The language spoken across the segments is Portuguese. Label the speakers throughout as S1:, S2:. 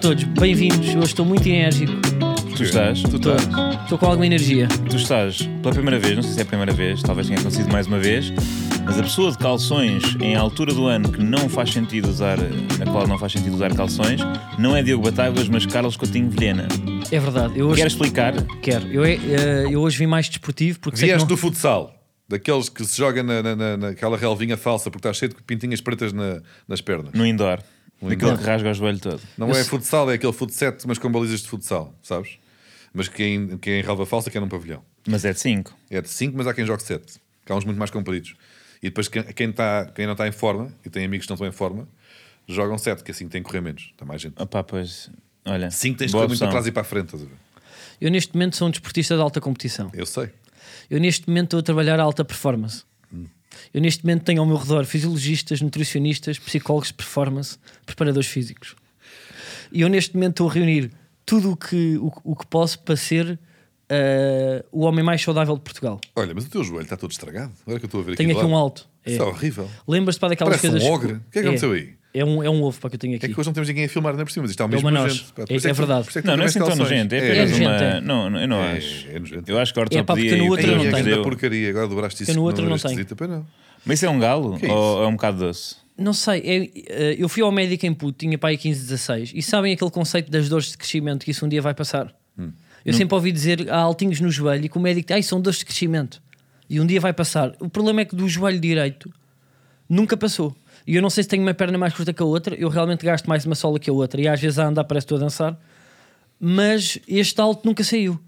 S1: todos, bem-vindos. Hoje estou muito enérgico,
S2: Tu estás, tu
S1: Estou.
S2: estás,
S1: estou com alguma energia.
S2: tu estás pela primeira vez, não sei se é a primeira vez, talvez tenha acontecido mais uma vez, mas a pessoa de calções em altura do ano que não faz sentido usar, na qual não faz sentido usar calções, não é Diogo Batáguas, mas Carlos Coutinho Vilhena.
S1: É verdade, eu hoje
S2: Quer explicar?
S1: quero. Eu, é- eh, eu hoje vim mais desportivo porque sei que
S3: Vieste
S1: não-
S3: do futsal, daqueles que se joga na, na- na- naquela relvinha falsa porque está cheio de pintinhas pretas na- nas pernas.
S2: No indoor. Daquele que rasga o joelho todo.
S3: Não é futsal, é aquele futset, mas com balizas de futsal, sabes? Mas que é em, que é em relva falsa, que é num pavilhão.
S2: Mas é de 5.
S3: É de 5, mas há quem jogue 7. Há uns muito mais compridos. E depois quem, quem, tá- quem não está em forma, e tem amigos que não estão em forma, jogam 7, que assim tem que correr menos. Está mais gente.
S2: Opá, pois. Olha.
S3: 5 tens de
S2: boa
S3: correr muito para
S2: opção.
S3: trás e para a frente, estás a ver?
S1: eu neste momento sou um desportista de alta competição.
S3: Eu sei.
S1: Eu neste momento estou a trabalhar a alta performance. Eu neste momento tenho ao meu redor fisiologistas, nutricionistas, psicólogos de performance, preparadores físicos. E eu neste momento estou a reunir tudo o que, o, o que posso para ser eh, o homem mais saudável de Portugal.
S3: Olha, mas o teu joelho está todo estragado. Olha que eu estou a ver
S1: Tenho
S3: aqui. do
S1: aqui um
S3: lado.
S1: alto. É.
S3: Isso é horrível.
S1: Lembras-te para daquelas
S3: Parece um
S1: coisas.
S3: ogre. O que é que aconteceu aí?
S1: É um, é um ovo para que eu tenho
S3: É
S1: aqui.
S3: que hoje não temos ninguém a filmar, não é possível, mas isto está
S1: É
S3: mesmo
S1: uma
S3: nojento.
S1: noz.
S3: Pá, por
S1: É-
S3: isso
S1: é
S3: que-
S1: verdade.
S3: por isso é que
S2: Não,
S3: tu
S2: não é assim tão
S3: calções.
S2: nojento. É apenas
S1: nojento,
S2: uma.
S1: é.
S2: Não, não, eu não
S3: É,
S2: acho.
S3: é nojento.
S2: Eu acho que a
S1: É pá, porque
S2: ortopedia.
S1: no
S2: e
S1: outro eu
S3: Tem
S1: não
S2: tudo
S3: uma
S1: tenho.
S2: deu.
S3: grande porcaria, agora dobraste isso.
S1: Eu no
S3: que
S1: outro não
S3: era
S1: tenho.
S3: esquisito, pá, não.
S2: Mas isso é um galo?
S3: Que é
S2: ou é um bocado doce?
S1: Não sei, é, eh, eu fui ao médico em puto, tinha pai 15, 16, e sabem aquele conceito das dores de crescimento, que isso um dia vai passar.
S3: Hum.
S1: Eu sempre ouvi dizer há altinhos no joelho e que o médico ai, são dores de crescimento e um dia vai passar. O problema é que do joelho direito nunca passou. E eu não sei se tenho uma perna mais curta que a outra, eu realmente gasto mais uma sola que a outra, e às vezes a andar parece que estou a dançar, mas este alto nunca saiu.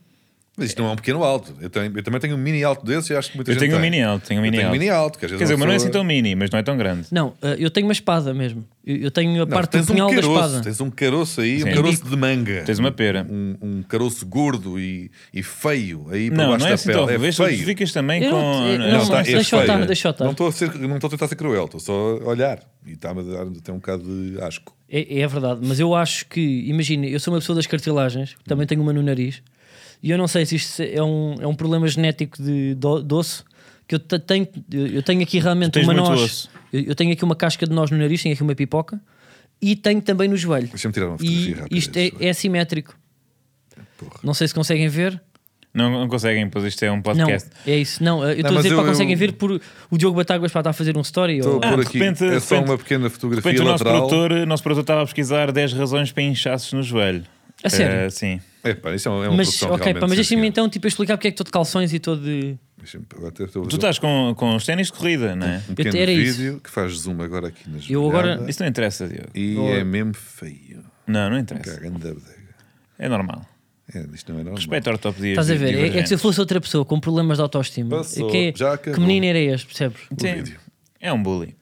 S3: Mas isto não é um pequeno alto. Eu, tenho- eu também tenho um mini alto desse e acho que muita
S2: Eu
S3: gente
S2: tenho um
S3: tem.
S2: mini alto, tenho um
S3: Eu
S2: mini
S3: tenho
S2: alto.
S3: mini alto. que às
S2: Quer
S3: vezes
S2: dizer,
S3: uma
S2: mas não é assim
S3: pessoa-
S2: tão mini, mas não é tão grande.
S1: Não, eh, eu tenho uma espada mesmo. Eu, eu tenho a
S3: Não,
S1: parte do
S3: tens um
S1: punhal da
S3: caroço,
S1: espada.
S3: tens um caroço aí,
S2: Sim.
S3: um caroço de manga.
S2: Tens uma pera.
S3: Um, um caroço gordo e, e feio aí por
S2: Não,
S3: baixo
S2: não é
S3: da
S2: assim tão.
S3: pele.
S2: Vês,
S3: É
S2: tu
S3: feio.
S2: ficas também
S1: Eu
S2: com.
S1: não- eu
S2: Não,
S1: não-
S2: tá-
S3: Está- é
S1: deixa eu estar,
S3: feio.
S1: deixa eu estar.
S3: Não estou a ser- não estou a tentar ser cruel, estou só a olhar. E está-me a dar até um bocado de asco.
S1: É, é verdade, mas eu acho que, imagina, eu sou uma pessoa das cartilagens, também tenho uma no nariz, e eu não sei se isto é um, é um problema genético de do, de osso, que eu te- tenho, eu eu tenho aqui realmente
S2: tens
S1: uma
S2: muito
S1: noz,
S2: osso.
S1: eu, eu tenho aqui uma casca de noz no nariz, tenho aqui uma pipoca, e tenho também no joelho.
S3: Deixa-me tirar uma
S1: E
S3: fotografia rápida.
S1: isto é, é assimétrico.
S3: Porra.
S1: Não sei se conseguem ver.
S2: não, não conseguem, pois isto é um
S1: Não,
S2: podcast.
S1: é isso. Não, eu estou a
S3: mas
S1: dizer para
S3: eu-
S1: conseguem
S3: eu-
S1: ver por o Diogo Batáguas para estar a fazer um story.
S3: Estou
S1: ou-
S3: a pôr
S2: Ah, de
S3: aqui.
S2: repente- de
S3: é só
S2: repente-
S3: uma pequena
S2: De
S3: fotografia
S2: repente, o nosso
S3: lateral.
S2: produtor, o nosso produtor estava a pesquisar 10 razões para inchaços no joelho.
S1: A sério?
S2: Eh, sim.
S3: É pá, isso é uma, é uma
S1: Mas,
S3: produção
S1: ok,
S3: realmente
S1: pá, mas
S3: sem
S1: deixem-me
S3: fim.
S1: então tipo, explicar porque é que estou de calções e estou de.
S3: Deixa-me- eu até estou a
S2: Tu
S3: fazer
S2: estás com, com os ténis de corrida, não é?
S3: um pequeno
S1: era isso.
S3: vídeo que faz zoom agora aqui nas
S1: Eu agora-
S3: joelhadas
S2: Isso não interessa, Diogo.
S3: E
S1: Não é.
S3: é mesmo feio.
S2: Não, não interessa.
S3: Caga da bodega.
S2: É normal.
S3: É, isto não é normal.
S2: Respeito a ortopedia.
S1: Estás a ver? É- É, que se eu
S2: divergentes.
S1: fosse outra pessoa com problemas de autoestima,
S3: Passou,
S1: que, é-
S3: já
S1: que
S3: acabou.
S1: menino era este, percebes?
S2: Sim.
S3: vídeo.
S2: É um bully.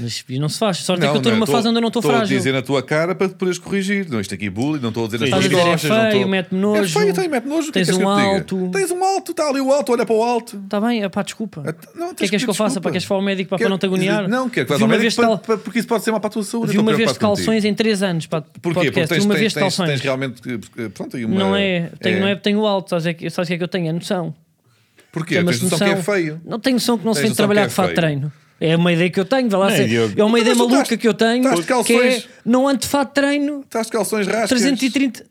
S1: Mas e não se faz. Sorte é que eu
S3: Não,
S1: estou
S3: não,
S1: numa fase onde eu não estou
S3: Estou a
S1: frágil.
S3: dizer na tua cara para te poderes corrigir. Não, isto aqui é bullying, não estou a dizer nas
S2: Estás
S3: tuas
S2: a dizer,
S1: é
S3: costas. não
S1: feio,
S3: estou-
S1: mete-me nojo.
S3: É feio, tem mete nojo. o que é
S1: Tens
S3: que
S1: um
S3: queres que eu te
S1: alto.
S3: diga? Tens um alto, está ali o alto, olha para o alto.
S1: Está bem? Ah, pá, desculpa.
S3: Então, Não,
S1: o que é
S3: tens
S1: que és que eu faça?
S3: desculpa.
S1: Para que és para o médico para, para
S3: Quero-
S1: não te agoniar?
S3: Não, quero que
S1: Vi
S3: vás ao
S1: uma
S3: médico
S1: vez
S3: para-
S1: cal-
S3: para- porque isso pode ser mal para a tua saúde.
S1: Vi
S3: eu estou
S1: uma vez de
S3: preocupado contigo.
S1: calções em 3 anos. Pá,
S3: Porquê? Porque
S1: podcast.
S3: tens,
S1: uma
S3: tens-
S1: vez de
S3: tens-
S1: calções.
S3: tens realmente. que- Pronto, aí uma,
S1: Não é, tenho, não é, tenho alto. Sabes, é que- sabes o que é que eu tenho? É noção.
S3: Porquê?
S1: Tem uma
S3: Tens noção que é feio.
S1: Não tenho noção que não se
S3: Tens
S1: tem de
S3: noção que
S1: trabalhar
S3: é
S1: de fato de
S3: feio. Então
S1: treino. É uma ideia que eu tenho, vai lá
S2: Não,
S1: ser-
S2: Diogo.
S1: É uma
S3: Mas
S1: ideia
S3: tu estás-
S1: maluca que eu tenho.
S3: estás de
S1: que é
S3: calções.
S1: não ando de fato de treino.
S3: Estás de calções rascas.
S1: 330.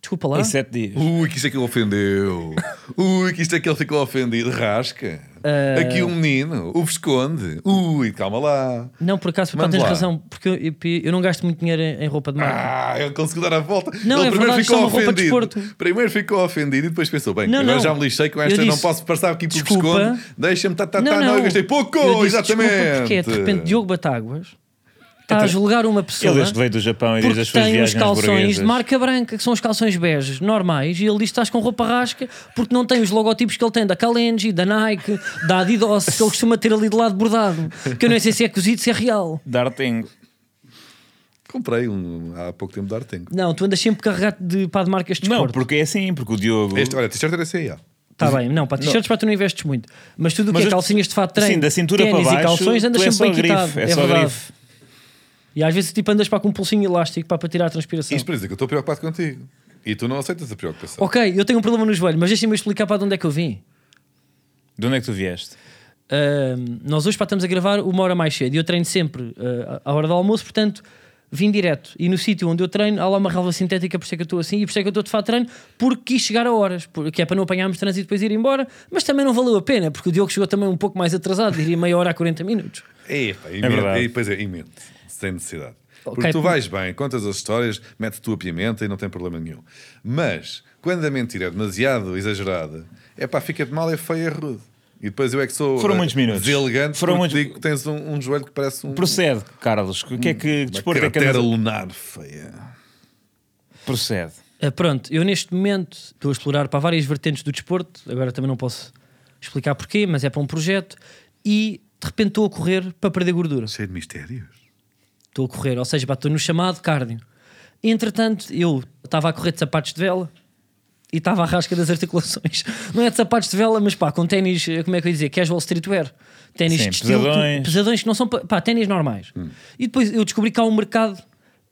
S1: Desculpa lá.
S2: Em 7 dias.
S3: Ui, que isto é que ele ofendeu. Ui, que isto é que ele ficou ofendido. Rasca.
S1: Ah.
S3: Aqui um menino, o Visconde. Ui, calma lá.
S1: Não, por acaso, pá,
S3: Mande
S1: tens
S3: lá.
S1: razão, porque eu, eu- eu não gasto muito dinheiro em, em roupa de marca.
S3: Ah, ele conseguiu dar a volta.
S1: Não,
S3: ele
S1: é
S3: primeiro
S1: verdade, isto é
S3: ficou
S1: uma roupa de
S3: ofendido.
S1: desporto.
S3: primeiro ficou ofendido e depois pensou: bem,
S1: Não,
S3: agora
S1: não.
S3: já me lixei com
S1: Eu
S3: esta, não
S1: disse,
S3: posso passar aqui pelo
S1: "Desculpa."
S3: Visconde. Deixa-me, tá, tá, tá, não, eu gastei pouco,
S1: Eu disse,
S3: exatamente. Então,
S1: Desculpa, porque é, de repente Diogo Batáguas está a julgar uma pessoa
S2: Ele desde que veio do Japão e desde
S1: porque
S2: as suas
S1: tem uns
S2: viagens
S1: calções de
S2: burguesas.
S1: marca branca, que são os calções beges normais, e ele diz que estás com roupa rasca porque não tem os logotipos que ele tem da Kalenji, da Nike, da Adidas, que ele costuma ter ali de lado bordado, que eu não sei se é cozido, se é real.
S2: Dartengo.
S3: Comprei um, há pouco tempo de Artengo.
S1: Não, tu andas sempre carregado de pá de marcas de
S2: Não,
S1: desporto.
S2: porque é assim, porque o Diogo.
S3: Este, olha, t-shirt era CIA.
S1: Tá bem, não, para t-shirts para tu não investes muito. Mas tudo o
S2: Mas
S1: que é
S2: eu-
S1: calcinhas de fato de treino,
S2: Sim, da cintura
S1: ténis
S2: para baixo,
S1: e calções andas
S2: tu é
S1: sempre bem
S2: só grife,
S1: quitado.
S2: é só
S1: verdade.
S2: grife.
S1: E às vezes tipo andas para com um pulsinho elástico para, para tirar a
S2: Então.
S1: transpiração.
S3: Isto para dizer que eu estou preocupado contigo. E tu não aceitas a preocupação.
S1: Ok, eu tenho um problema no joelho, mas deixem-me explicar para de onde é que eu vim.
S2: De onde é que tu vieste?
S1: Ahm, nós hoje pá, estamos a gravar uma hora mais cedo e eu treino sempre ah, à hora do almoço, portanto vim direto. E no sítio onde eu treino, há lá uma relva sintética, por isso é que eu estou assim, e por isso é que eu estou de fato treino, porque quis chegar a horas, porque é para não apanharmos trânsito e depois ir embora, mas também não valeu a pena, porque o Diogo chegou também um pouco mais atrasado, diria meia hora a 40 minutos.
S3: É, pá, e mente,
S2: verdade.
S3: e, pois é, e mente, sem necessidade.
S1: Ok,
S3: Porque tu
S1: porque-
S3: vais bem, contas as histórias, metes tu a pimenta e não tem problema nenhum. Mas, quando a mentira é demasiado exagerada, é pá, fica-te mal, é feia, é rude. E depois eu é que sou
S2: Foram
S3: eh,
S2: muitos minutos.
S3: deselegante
S2: Foram
S3: Foram
S2: muitos-
S3: digo que tens um, um joelho que parece um,
S2: Procede, Carlos. O que é que
S3: uma
S2: desporto é que
S3: cratera
S2: andas... a-
S3: lunar feia.
S2: Procede.
S1: Ah, pronto, eu neste momento estou a explorar para várias vertentes do desporto, agora também não posso explicar porquê, mas é para um projeto, e de repente estou a correr para perder gordura.
S3: Cheio de mistérios.
S1: estou a correr, ou seja, pá, estou no chamado cardio. Entretanto, eu estava a correr de sapatos de vela e estava à rasca das articulações. Não é de sapatos de vela, mas pá, com ténis, eh, como é que eu ia dizer? Casual streetwear. Ténis
S2: Sim,
S1: de estilo,
S2: pesadões.
S1: pesadões que não são, pa- pá, ténis normais.
S3: Hum.
S1: E depois eu descobri que há um mercado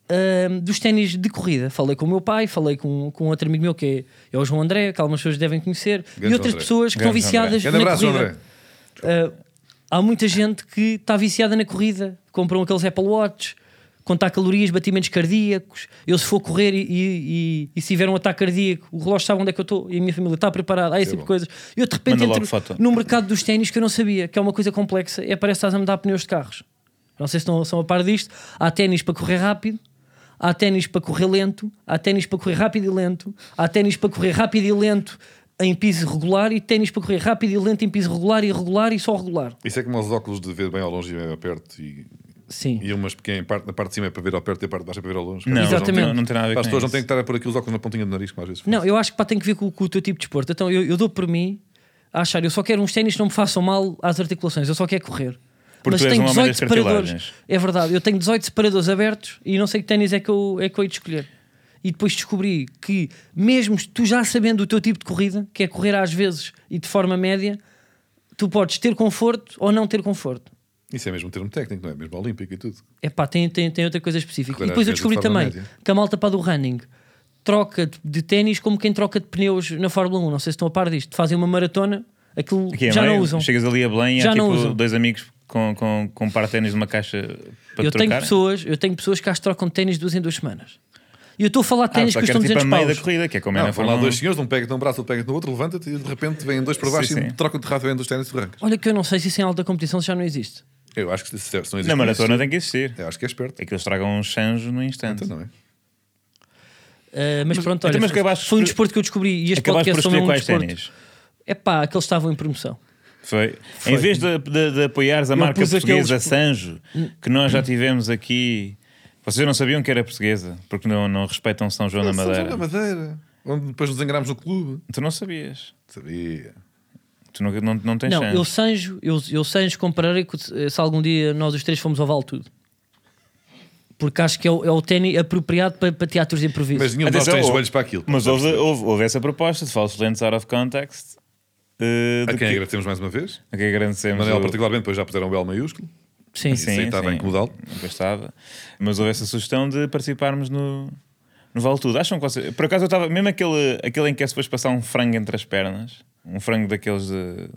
S1: ahm, dos ténis de corrida. Falei com o meu pai, falei com, com outro amigo meu que é, é o João André, que algumas pessoas devem conhecer,
S3: Grande
S1: e outras
S3: André.
S1: pessoas que estão
S2: Grande André.
S1: viciadas
S3: Grande
S1: na
S3: abraço,
S1: corrida.
S3: André.
S1: Uh, há muita gente que está viciada na corrida, compram aqueles Apple Watch, contar calorias, batimentos cardíacos. Eu, se for correr e, e- e- e se tiver um ataque cardíaco, o relógio sabe onde é que eu estou e a minha família está preparada. Há esse tipo de coisas. Eu, de repente,
S2: é Manda logo
S1: entro
S2: foto.
S1: no mercado dos ténis que eu não sabia, que é uma coisa complexa. É parece que estás a mudar pneus de carros. Não sei se estão, são a par disto. Há ténis para correr rápido. Há ténis para correr lento, há ténis para correr rápido e lento, há ténis para correr rápido e lento em piso regular e ténis para correr rápido e lento em piso regular e regular e só regular.
S3: Isso é como os óculos de ver bem ao longe e bem ao perto e,
S1: Sim.
S3: e umas pequenas, parte, na parte de cima é para ver ao perto e a parte de baixo é para ver ao longe.
S2: Não,
S3: As pessoas
S1: Exatamente.
S2: não tem, não tem nada a ver
S3: não-
S2: com
S3: As pessoas não
S2: isso.
S3: têm que estar a pôr aqui os óculos na pontinha do nariz, como às vezes fazem.
S1: Não, eu acho que pá, tem que ver com, com o teu tipo de esporte. Então eu, eu dou por mim a achar, eu só quero uns ténis que não me façam mal às articulações, eu só quero correr.
S2: Porque tu és um homem das
S1: separadores.
S2: cartilagens.
S1: É verdade, eu tenho 18 separadores abertos e não sei que ténis é que eu é que eu hei de escolher. E depois descobri que, mesmo tu já sabendo o teu tipo de corrida, que é correr às vezes e de forma média, tu podes ter conforto ou não ter conforto.
S3: Isso é mesmo um termo técnico, não é? Mesmo olímpico e tudo.
S1: É pá, tem, tem, tem outra coisa específica.
S3: Correr
S1: e depois
S3: às
S1: eu
S3: vezes
S1: descobri
S3: de forma
S1: também
S3: média.
S1: que a malta para do running troca de- de ténis como quem troca de pneus na Fórmula 1. Não sei se estão a par disto. Fazem uma maratona, aquilo
S2: Aqui é
S1: já
S2: meio,
S1: não usam.
S2: Chegas ali a Belém e há
S1: Já não
S2: tipo
S1: usam.
S2: dois amigos com, com, com um par de ténis numa caixa para
S1: Eu
S2: trocar.
S1: tenho, pessoas, eu tenho pessoas que as trocam de ténis duas em duas semanas. E eu estou a falar de
S2: ah,
S1: ténis
S2: só
S1: que
S2: quero
S1: custam
S2: tipo a
S1: 200
S2: meio da
S1: paus.
S2: corrida, que é como é
S3: Não,
S2: na
S3: foram lá
S2: Fórmula 1.
S3: dois senhores, um pega-te num braço, outro pega-te no outro, levanta-te e de repente vêm dois para baixo
S2: Sim,
S3: e
S2: sim.
S3: trocam de rato, vêm dos ténis e tu arrancas.
S1: Olha que eu não sei se isso em alta competição já não existe.
S3: Eu acho que se, se não existe
S2: Na maratona
S3: isso,
S2: tem que existir.
S3: Eu acho que é esperto.
S2: É que eles tragam uns chanjos no instante.
S3: Então, não é?
S1: Ah, mas, pronto,
S2: então,
S1: olha,
S2: mas
S1: foi-
S2: acabaste
S1: foi um
S2: por-
S1: desporto que eu descobri e este
S2: Acabaste por
S1: podcast também é
S2: escolher
S1: um
S2: quais
S1: desporto.
S2: ténis.
S1: É pá, aqueles estavam em promoção.
S2: Foi. Em vez de, de, de apoiares a
S1: Eu
S2: marca
S1: pus
S2: portuguesa
S1: aqueles-
S2: Sanjo, que nós já tivemos aqui. Vocês não sabiam que era portuguesa, porque não, não respeitam São João da
S3: São João da
S2: Madeira.
S3: Madeira. Onde depois nos enganámos no clube.
S2: Tu não sabias.
S3: Sabia.
S2: Tu não, não, não tens
S1: Não,
S2: chanjo.
S1: eu sanjo, eu, eu sanjo compararei com, eh, se algum dia nós os três fomos ao Vale Tudo. Porque acho que é o, é o ténis apropriado para, para teatros de improviso.
S3: Mas nenhum de nós
S2: Atenção,
S3: tem
S2: houve-
S3: joelhos para aquilo.
S2: Mas houve, houve, houve essa proposta de falsos lentes out of context. eh,
S3: A
S2: de
S3: quem
S2: que-
S3: agradecemos mais uma vez.
S2: a quem agradecemos.
S3: Manuel,
S2: o-
S3: particularmente, depois já puseram o L maiúsculo.
S1: Sim,
S3: Isso aí estava a incomodá-lo.
S2: nunca estava. Mas houve essa sugestão de participarmos no, no Vale Tudo. Acham que vocês. Por acaso eu estava. Mesmo aquele, aquele em que é suposto passar um frango entre as pernas, um frango daqueles de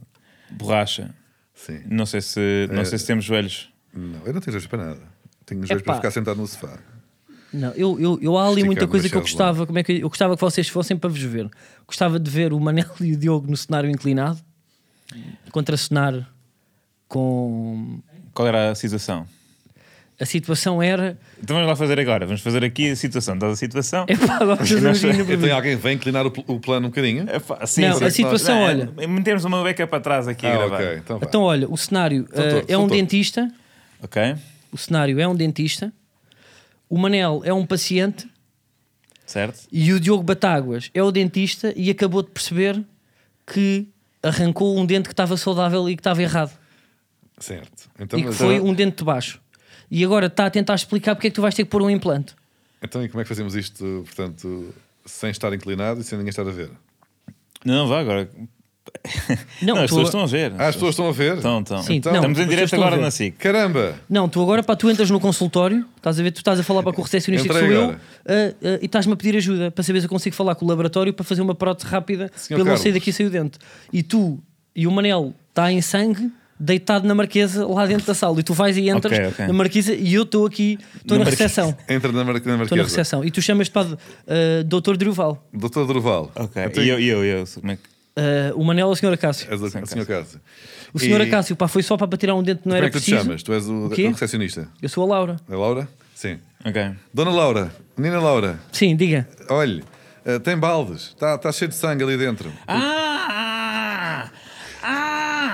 S2: borracha.
S3: Sim.
S2: Não sei se, não
S3: É.
S2: sei se temos joelhos.
S3: Não, eu não tenho joelhos para nada. Tenho joelhos para
S1: Epá.
S3: ficar sentado no sofá.
S1: Não, eu, eu, eu há ali
S3: Esticando
S1: muita coisa
S3: uma
S1: que eu
S3: chaise
S1: gostava, como é que eu, eu gostava que vocês fossem para vos ver. Gostava de ver o Manel e o Diogo no cenário inclinado, contracenar com
S2: Qual era a situação?
S1: a situação era
S2: Então vamos lá fazer agora. Vamos fazer aqui a situação. Estás a situação?
S1: é pá, agora vocês não
S2: Não sei.
S1: viram
S3: Eu
S1: para
S3: tenho
S1: mim.
S3: alguém, vem inclinar o, pl- o plano um bocadinho.
S2: É pá, sim,
S1: Não,
S2: sim.
S1: a situação,
S2: Não,
S1: olha.
S2: é- Metemos uma beca para trás aqui a
S3: Ah,
S2: gravar.
S3: ok. Então vá.
S1: Então, olha, o cenário eh,
S3: todos,
S1: é
S3: são
S1: um
S3: todos.
S1: dentista.
S2: Ok.
S1: O cenário é um dentista. O Manel é um paciente
S2: Certo?
S1: e o Diogo Batáguas é o dentista e acabou de perceber que arrancou um dente que estava saudável e que estava errado.
S3: Certo. Então,
S1: e que
S3: mas-
S1: foi um dente de baixo. E agora está a tentar explicar porque é que tu vais ter que pôr um implante.
S3: então, e como é que fazemos isto, portanto, sem estar inclinado e sem ninguém estar a ver?
S2: Não, não, vá agora.
S1: Não,
S2: Não, as
S1: tu-
S2: pessoas estão a ver.
S3: Ah, as
S1: Então,
S3: pessoas estão a ver?
S2: Estão, estão.
S1: Sim,
S3: Então,
S1: não,
S2: Estamos em
S1: as pessoas
S2: direto
S1: estão a
S2: agora
S1: ver.
S2: na SIC.
S3: Caramba!
S1: Não, tu agora, pá, tu entras no consultório, estás a ver, tu estás a falar para com o recepcionista que
S3: Entrei
S1: sou eu
S3: agora.
S1: ah, ah, e estás-me a pedir ajuda para saber se eu consigo falar com o laboratório para fazer uma prótese rápida
S3: Senhor
S1: para ele não sair
S3: Carlos.
S1: daqui e sair o dente. E tu e o Manel está tá em sangue, deitado na marquesa lá dentro da sala. E tu vais e entras
S4: Ok, ok.
S1: na marquesa e eu estou aqui, estou
S4: Na
S1: na,
S4: marquesa.
S1: recepção.
S3: Entra na, mar... na
S1: Estou na
S3: marquesa.
S1: recepção. E tu chamas-te para uh, Doutor Durval.
S3: Doutor Durval.
S4: Ok.
S3: Então,
S4: E eu, e eu, e eu, como é que.
S1: Uh, o Manel é o Sr. Acácio.
S3: És o, o senhor Cássio.
S1: O Sr.
S3: E
S1: Acácio, pá, foi só para tirar um dente, não
S3: Como
S1: era
S3: é que tu te
S1: preciso.
S3: chamas? Tu és o, o
S1: quê?
S3: recepcionista.
S1: Eu sou a Laura.
S3: É Laura? Sim.
S4: Ok.
S3: Dona Laura, menina Laura,
S1: Sim, diga.
S3: olhe, eh, tem baldes, está tá cheio de sangue ali dentro.
S4: Ah!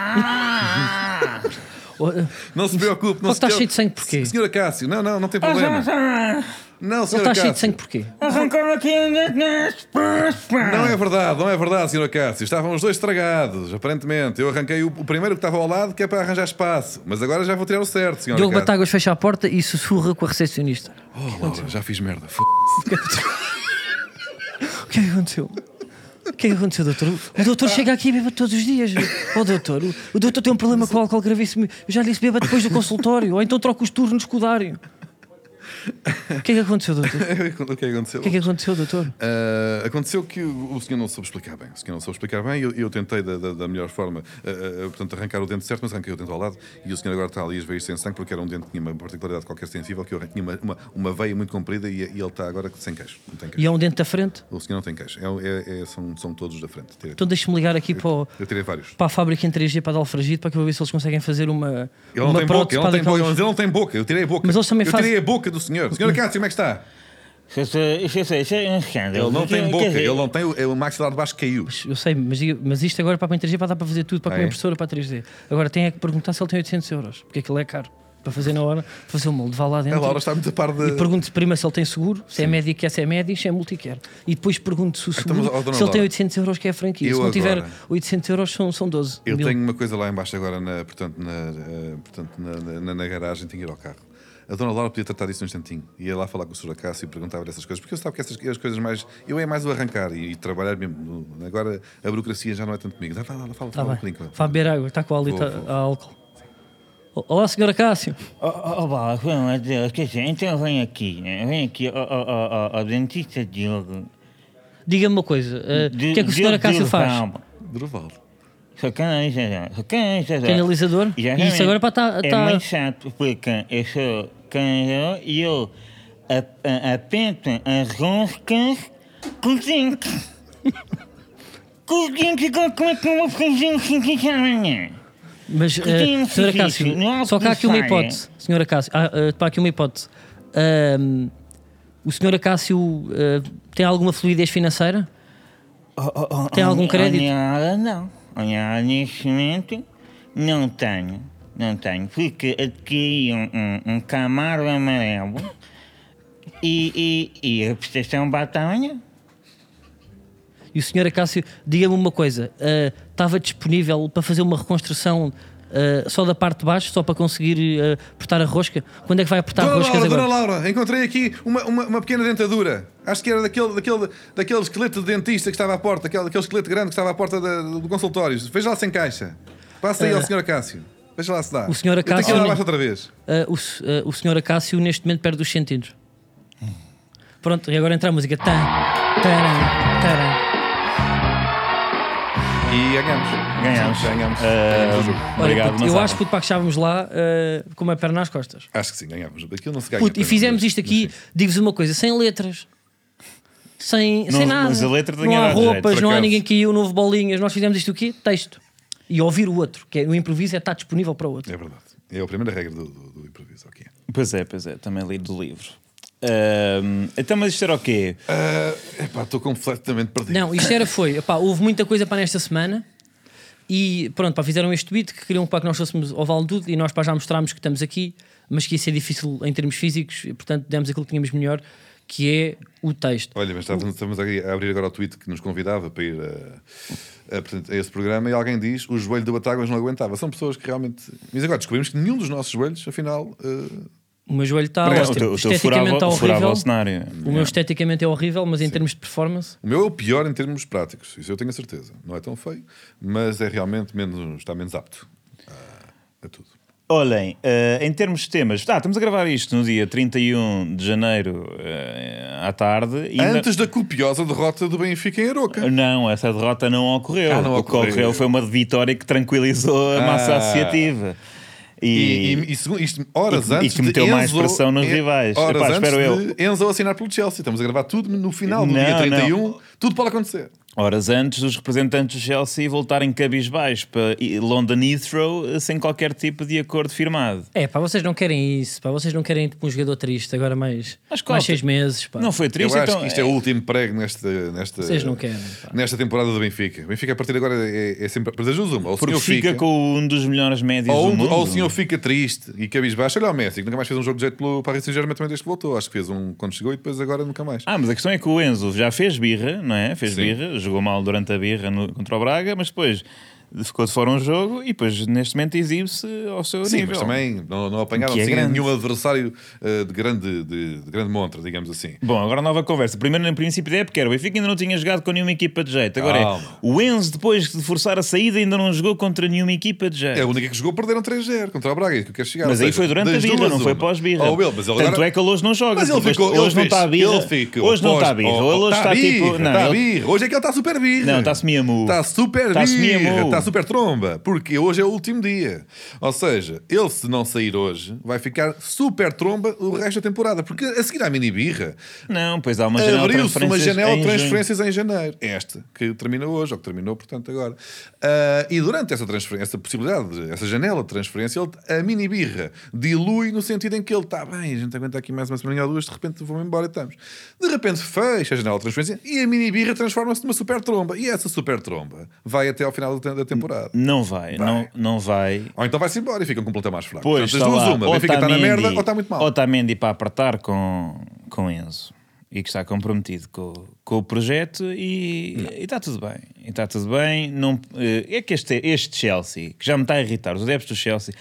S4: Ah!
S1: Oh, uh,
S3: Não se preocupe, não
S1: Mas
S3: se
S1: está
S3: preocupe.
S1: cheio de sangue porquê?
S3: Senhora Cássio, não, não, não tem problema.
S4: ah.
S3: Não,
S1: Ele está
S3: senhora Cássio.
S1: cheio de sangue porquê?
S4: Arrancou-me aqui um dente nas pessoas.
S3: Não é verdade, não é verdade, senhora Cássio. Estavam os dois estragados, aparentemente. Eu arranquei o, o primeiro que estava ao lado, que é para arranjar espaço. Mas agora já vou tirar o certo, senhora
S1: Diogo
S3: Cássio.
S1: Batáguas fecha a porta e sussurra com a recepcionista.
S3: Oh, Laura, já fiz merda. F...
S1: O que é que aconteceu? O que é que aconteceu, doutor? O doutor chega aqui e bebe todos os dias. Oh, doutor, o, o doutor tem um problema com o álcool gravíssimo. Eu já lhe disse beba depois do consultório, ou então troca os turnos com o Dário. O que é que aconteceu, doutor? O
S3: o que é que aconteceu?
S1: que é que aconteceu, doutor?
S3: Ah, aconteceu que o, o senhor não soube explicar bem. O senhor não soube explicar bem e eu, eu tentei da, da- da melhor forma, ah, ah, portanto, arrancar o dente certo, mas arranquei o dente ao lado e o senhor agora está ali a esvair sem sangue porque era um dente que tinha uma particularidade qualquer sensível, que eu arranquei uma, uma, uma veia muito comprida e, e ele está agora sem queixo. Não tem queixo.
S1: E é um dente da frente?
S3: O senhor não tem queixo. É- é- é- são, são todos da frente. Tirei-
S1: Então deixa-me ligar aqui para, o-
S3: eu tirei vários.
S1: para a fábrica em 3G para dar alfragido para que eu vou ver se eles conseguem fazer uma,
S3: Ele não
S1: uma
S3: tem boca, ele não tem boca,
S1: daquelas-
S3: mas ele não tem boca, eu tirei a boca.
S1: Mas eles também
S3: eu
S1: fazem-
S3: tirei a boca do senhor. Senhora Cássio, como é que está?
S4: Isso é- isso é isso é um escândalo.
S3: Ele não tem boca,
S4: Quer dizer,
S3: ele não tem. O, é o maxilar de baixo que caiu.
S1: Eu sei, mas, diga- mas isto agora para a 3D para dar para fazer tudo, para
S3: Ah,
S1: com a
S3: é?
S1: impressora, para a 3D. Agora tem é que perguntar se ele tem 800 euros, porque aquilo é caro. Para fazer na hora, fazer o molde, vá lá
S3: A
S1: dentro.
S3: É, Laura está muito a par de.
S1: E pergunto primeiro se ele tem seguro, se é Medicare, se é Medis, se é Multicare. E depois pergunto se o
S3: Então,
S1: seguro,
S3: mas, oh, dona
S1: se ele tem
S3: Laura,
S1: 800 euros, que é a franquia.
S3: eu
S1: se não tiver
S3: agora-
S1: 800 euros, são, são 12
S3: Eu
S1: mil.
S3: tenho uma coisa lá embaixo agora, na, portanto, na, eh, portanto na, na- na- na garagem, tenho que ir ao carro. A dona Laura podia tratar disso num instantinho. Ia lá falar com o Sr. Acácio e perguntava essas coisas, porque eu sabia que essas as coisas mais. Eu é mais o arrancar e, e trabalhar mesmo. no- Agora a burocracia já não é tanto comigo. Vai lá, fala,
S1: Está
S3: fala um
S1: Tá bem.
S3: bocadinho.
S1: Vá beber água, está com a,
S3: Vou,
S1: alita,
S3: vou.
S1: a álcool. O- Olá, senhora Cássio.
S4: Oh, oh, oh, Bala, pelo amor de Deus, quer dizer, então vem aqui, né? vem aqui, ó, ó, ó, ó, ó, dentista Diogo.
S1: Diga-me uma coisa, eh, o
S4: Di-
S1: que é que o senhor
S4: Diogo
S1: Acácio faz?
S4: Durval.
S3: Durval.
S4: Sou canalizador, sou canalizador.
S1: Canalizador?
S4: Exatamente.
S1: Isso agora para tá-
S4: É
S1: tá-
S4: muito chato, porque eu sou canalizador e eu ap- a- apento as roscas com os dentes. Com os dentes, igual como é que eu vou fazer um sentido amanhã?
S1: Mas, uh,
S4: tem um
S1: senhora
S4: serviço,
S1: Cássio,
S4: não há
S1: só que há aqui uma
S4: algo é? que
S1: hipótese. Senhora Cássio, há, eh, pá, aqui uma hipótese. Ahm, o senhor Acácio eh, tem alguma fluidez financeira?
S4: Oh, oh, oh,
S1: Tem
S4: oh,
S1: algum
S4: oh,
S1: crédito?
S4: Olha, olha, não. Olha, olha, neste momento não tenho. Não tenho. Porque adquiri um, um, um camaro amarelo e, e, e a prestação batalha.
S1: E o senhor Acácio, diga-me uma coisa, eh, estava disponível para fazer uma reconstrução eh, só da parte de baixo, só para conseguir eh, apertar a rosca? Quando é que vai apertar
S3: Dona
S1: roscas
S3: Laura,
S1: agora?
S3: Dona Laura, encontrei aqui uma, uma, uma pequena dentadura. Acho que era daquele, daquele, daquele esqueleto de dentista que estava à porta, aquele, aquele esqueleto grande que estava à porta da- do consultório. Veja lá se encaixa. Passa aí ao Sr. Cássio. Veja lá se dá.
S1: Eh, o Sr.
S3: Eu Tenho que ir
S1: Cássio-
S3: lá abaixo outra vez.
S1: Eh, o, s- eh, o senhor Acácio neste momento perde os sentidos. Pronto, e agora entra a música. Tan, taran, taran.
S3: E ganhamos.
S4: Ganhamos.
S3: Ganhamos.
S4: Ah,
S3: Ganhamos o jogo.
S1: Olha,
S4: Obrigado,
S1: puto, eu
S4: Gonçalo.
S1: acho puto, pá, que estávamos lá eh, com uma perna às costas.
S3: Acho que sim, ganhamos. Aquilo não se ganha.
S1: Puto, e
S3: apenas,
S1: fizemos
S3: mas-
S1: isto aqui,
S3: mas sim.
S1: digo-vos uma coisa, sem letras. Sem,
S4: Não-
S1: sem nada.
S4: mas a letra
S1: não
S4: tinha
S1: há
S4: dado jeito,
S1: roupas,
S3: por
S1: não há
S3: acaso.
S1: ninguém que ia, não houve bolinhas. Nós fizemos isto aqui, texto. E ouvir o outro, que é, o improviso é estar disponível para o outro.
S3: É verdade. É a primeira regra do, do, do improviso. ok.
S4: Pois é, pois é, também li do livro. Ahm, então, mas isto era o quê?
S3: Ah, epá, estou completamente perdido.
S1: Não, isto era foi. Epá, houve muita coisa para nesta semana. E pronto, pá, fizeram este tweet que queriam para que nós fôssemos ao Vale tudo e nós pá, já mostrámos que estamos aqui, mas que ia ser difícil em termos físicos, e portanto demos aquilo que tínhamos melhor, que é o texto.
S3: Olha, mas
S4: Uhum.
S3: estávamos, estamos aqui a abrir agora o tweet que nos convidava para ir a, a, portanto, a esse programa e alguém diz o joelho do Batáguas não aguentava. São pessoas que realmente. Mas agora descobrimos que nenhum dos nossos joelhos, afinal. eh,
S1: O meu joelho está
S4: Não,
S1: ótimo. esteticamente está
S4: furava
S1: horrível.
S4: o cenário.
S1: O meu esteticamente é horrível, mas em termos de performance,
S3: o meu é o pior em termos práticos, isso eu tenho a certeza. Não é tão feio, mas é realmente menos, está menos apto a, a tudo.
S4: Olhem, eh, em termos de temas, ah, estamos a gravar isto no dia 31 de janeiro eh, à tarde. e ainda-
S3: Antes da copiosa derrota do Benfica em Aroca.
S4: Não, essa derrota não ocorreu.
S3: Ah, não
S4: o
S3: ocorreu.
S4: que ocorreu foi uma vitória que tranquilizou a massa
S3: Ah.
S4: associativa.
S3: E,
S4: E,
S3: e, e segundo, isto, horas
S4: e que- e
S3: antes
S4: que meteu
S3: de
S4: mais
S3: Enzo-
S4: pressão nos
S3: en-
S4: rivais.
S3: Horas
S4: Epá,
S3: antes
S4: espero eu.
S3: de Enzo assinar pelo Chelsea. Estamos a gravar tudo no final do
S4: Não,
S3: dia
S4: não.
S3: 31. Tudo pode acontecer.
S4: horas antes, os representantes do Chelsea voltarem cabisbaixo para I- London Heathrow eh, sem qualquer tipo de acordo firmado.
S1: É, pá, vocês não querem isso, pá, vocês não querem tipo um jogador triste agora mais,
S4: Mas qual?
S1: mais seis meses, pá.
S4: Não foi triste,
S3: eu acho
S4: então.
S3: que isto é o último prego nesta, nesta,
S1: Vocês não querem, pá.
S3: nesta temporada do Benfica. O Benfica, a partir de agora, é, é sempre. Mas ajuda uma. Ou o
S4: porque
S3: senhor
S4: fica
S3: fica,
S4: com um dos melhores médios
S3: ou,
S4: do mundo.
S3: ou o senhor fica triste e cabisbaixo. Olha o Messi, que nunca mais fez um jogo de jeito pelo Paris Saint-Germain também desde que voltou. Acho que fez um quando chegou e depois agora nunca mais.
S4: Ah, mas a questão é que o Enzo já fez birra, não é? Fez
S3: Sim.
S4: birra, jogou mal durante a birra no- contra o Braga, mas depois ficou de fora um jogo e depois neste momento exibe-se ao seu
S3: Sim,
S4: nível.
S3: mas também não, não apanharam
S4: Que é
S3: assim,
S4: grande.
S3: nenhum adversário eh, de, grande, de, de grande montra, digamos assim.
S4: Bom, agora nova conversa. Primeiro, no princípio da época, era o Benfica ainda não tinha jogado com nenhuma equipa de jeito. Agora
S3: Calma.
S4: é, o Enzo, depois de forçar a saída, ainda não jogou contra nenhuma equipa de jeito.
S3: É a única que jogou, perderam 3-0 contra o Braga, é isso que eu quero chegar.
S4: Mas
S3: Ou
S4: aí
S3: seja,
S4: foi durante a
S3: das
S4: birra,
S3: duas,
S4: não foi
S3: uma.
S4: pós-birra.
S3: Oh, Will, mas ele
S4: Tanto
S3: agora-
S4: é que ele hoje não joga.
S3: Mas ele
S4: porque
S3: ficou,
S4: hoje
S3: ele
S4: não
S3: fez-
S4: está a birra.
S3: ele ficou
S4: hoje não
S3: pós-
S4: está a birra.
S3: oh,
S4: ele hoje está, tipo.
S3: birra,
S4: Não,
S3: está
S4: ele-
S3: birra. Hoje é que ele está super birra.
S4: Não, está semiamu.
S3: Está super
S4: Está
S3: birra,
S4: semiamu.
S3: está super tromba, porque hoje é o último dia. Ou seja, ele se não sair hoje, vai ficar super tromba o resto da temporada, porque a seguir à mini birra,
S4: não, pois há uma janela de
S3: Abriu-se uma
S4: transferências
S3: janela de
S4: em junho.
S3: transferências em janeiro. É Esta, que termina hoje, ou que terminou, portanto, agora. Ah, e durante essa transferência, essa possibilidade, essa janela de transferência, ele- a mini birra dilui no sentido em que ele está bem, a gente aguenta aqui mais uma semana ou duas, de repente vou-me embora e estamos. De repente fecha a janela de transferência e a mini birra transforma-se numa super tromba. E essa super tromba vai até ao final da te- da temporada.
S4: Não
S3: Vai.
S4: vai, Não, não vai.
S3: Ou então vai-se embora e fica um completo mais fraco.
S4: Pois,
S3: portanto,
S4: está
S3: as duas
S4: lá. tá
S3: uma, Benfica está na
S4: Otamendi-
S3: merda ou está muito mal.
S4: Otamendi para apertar com, com Enzo. E que está comprometido com, com o projeto e, e está tudo bem. E está tudo bem. Não, eh, é que este, este Chelsea, que já me está a irritar, os adeptos do Chelsea,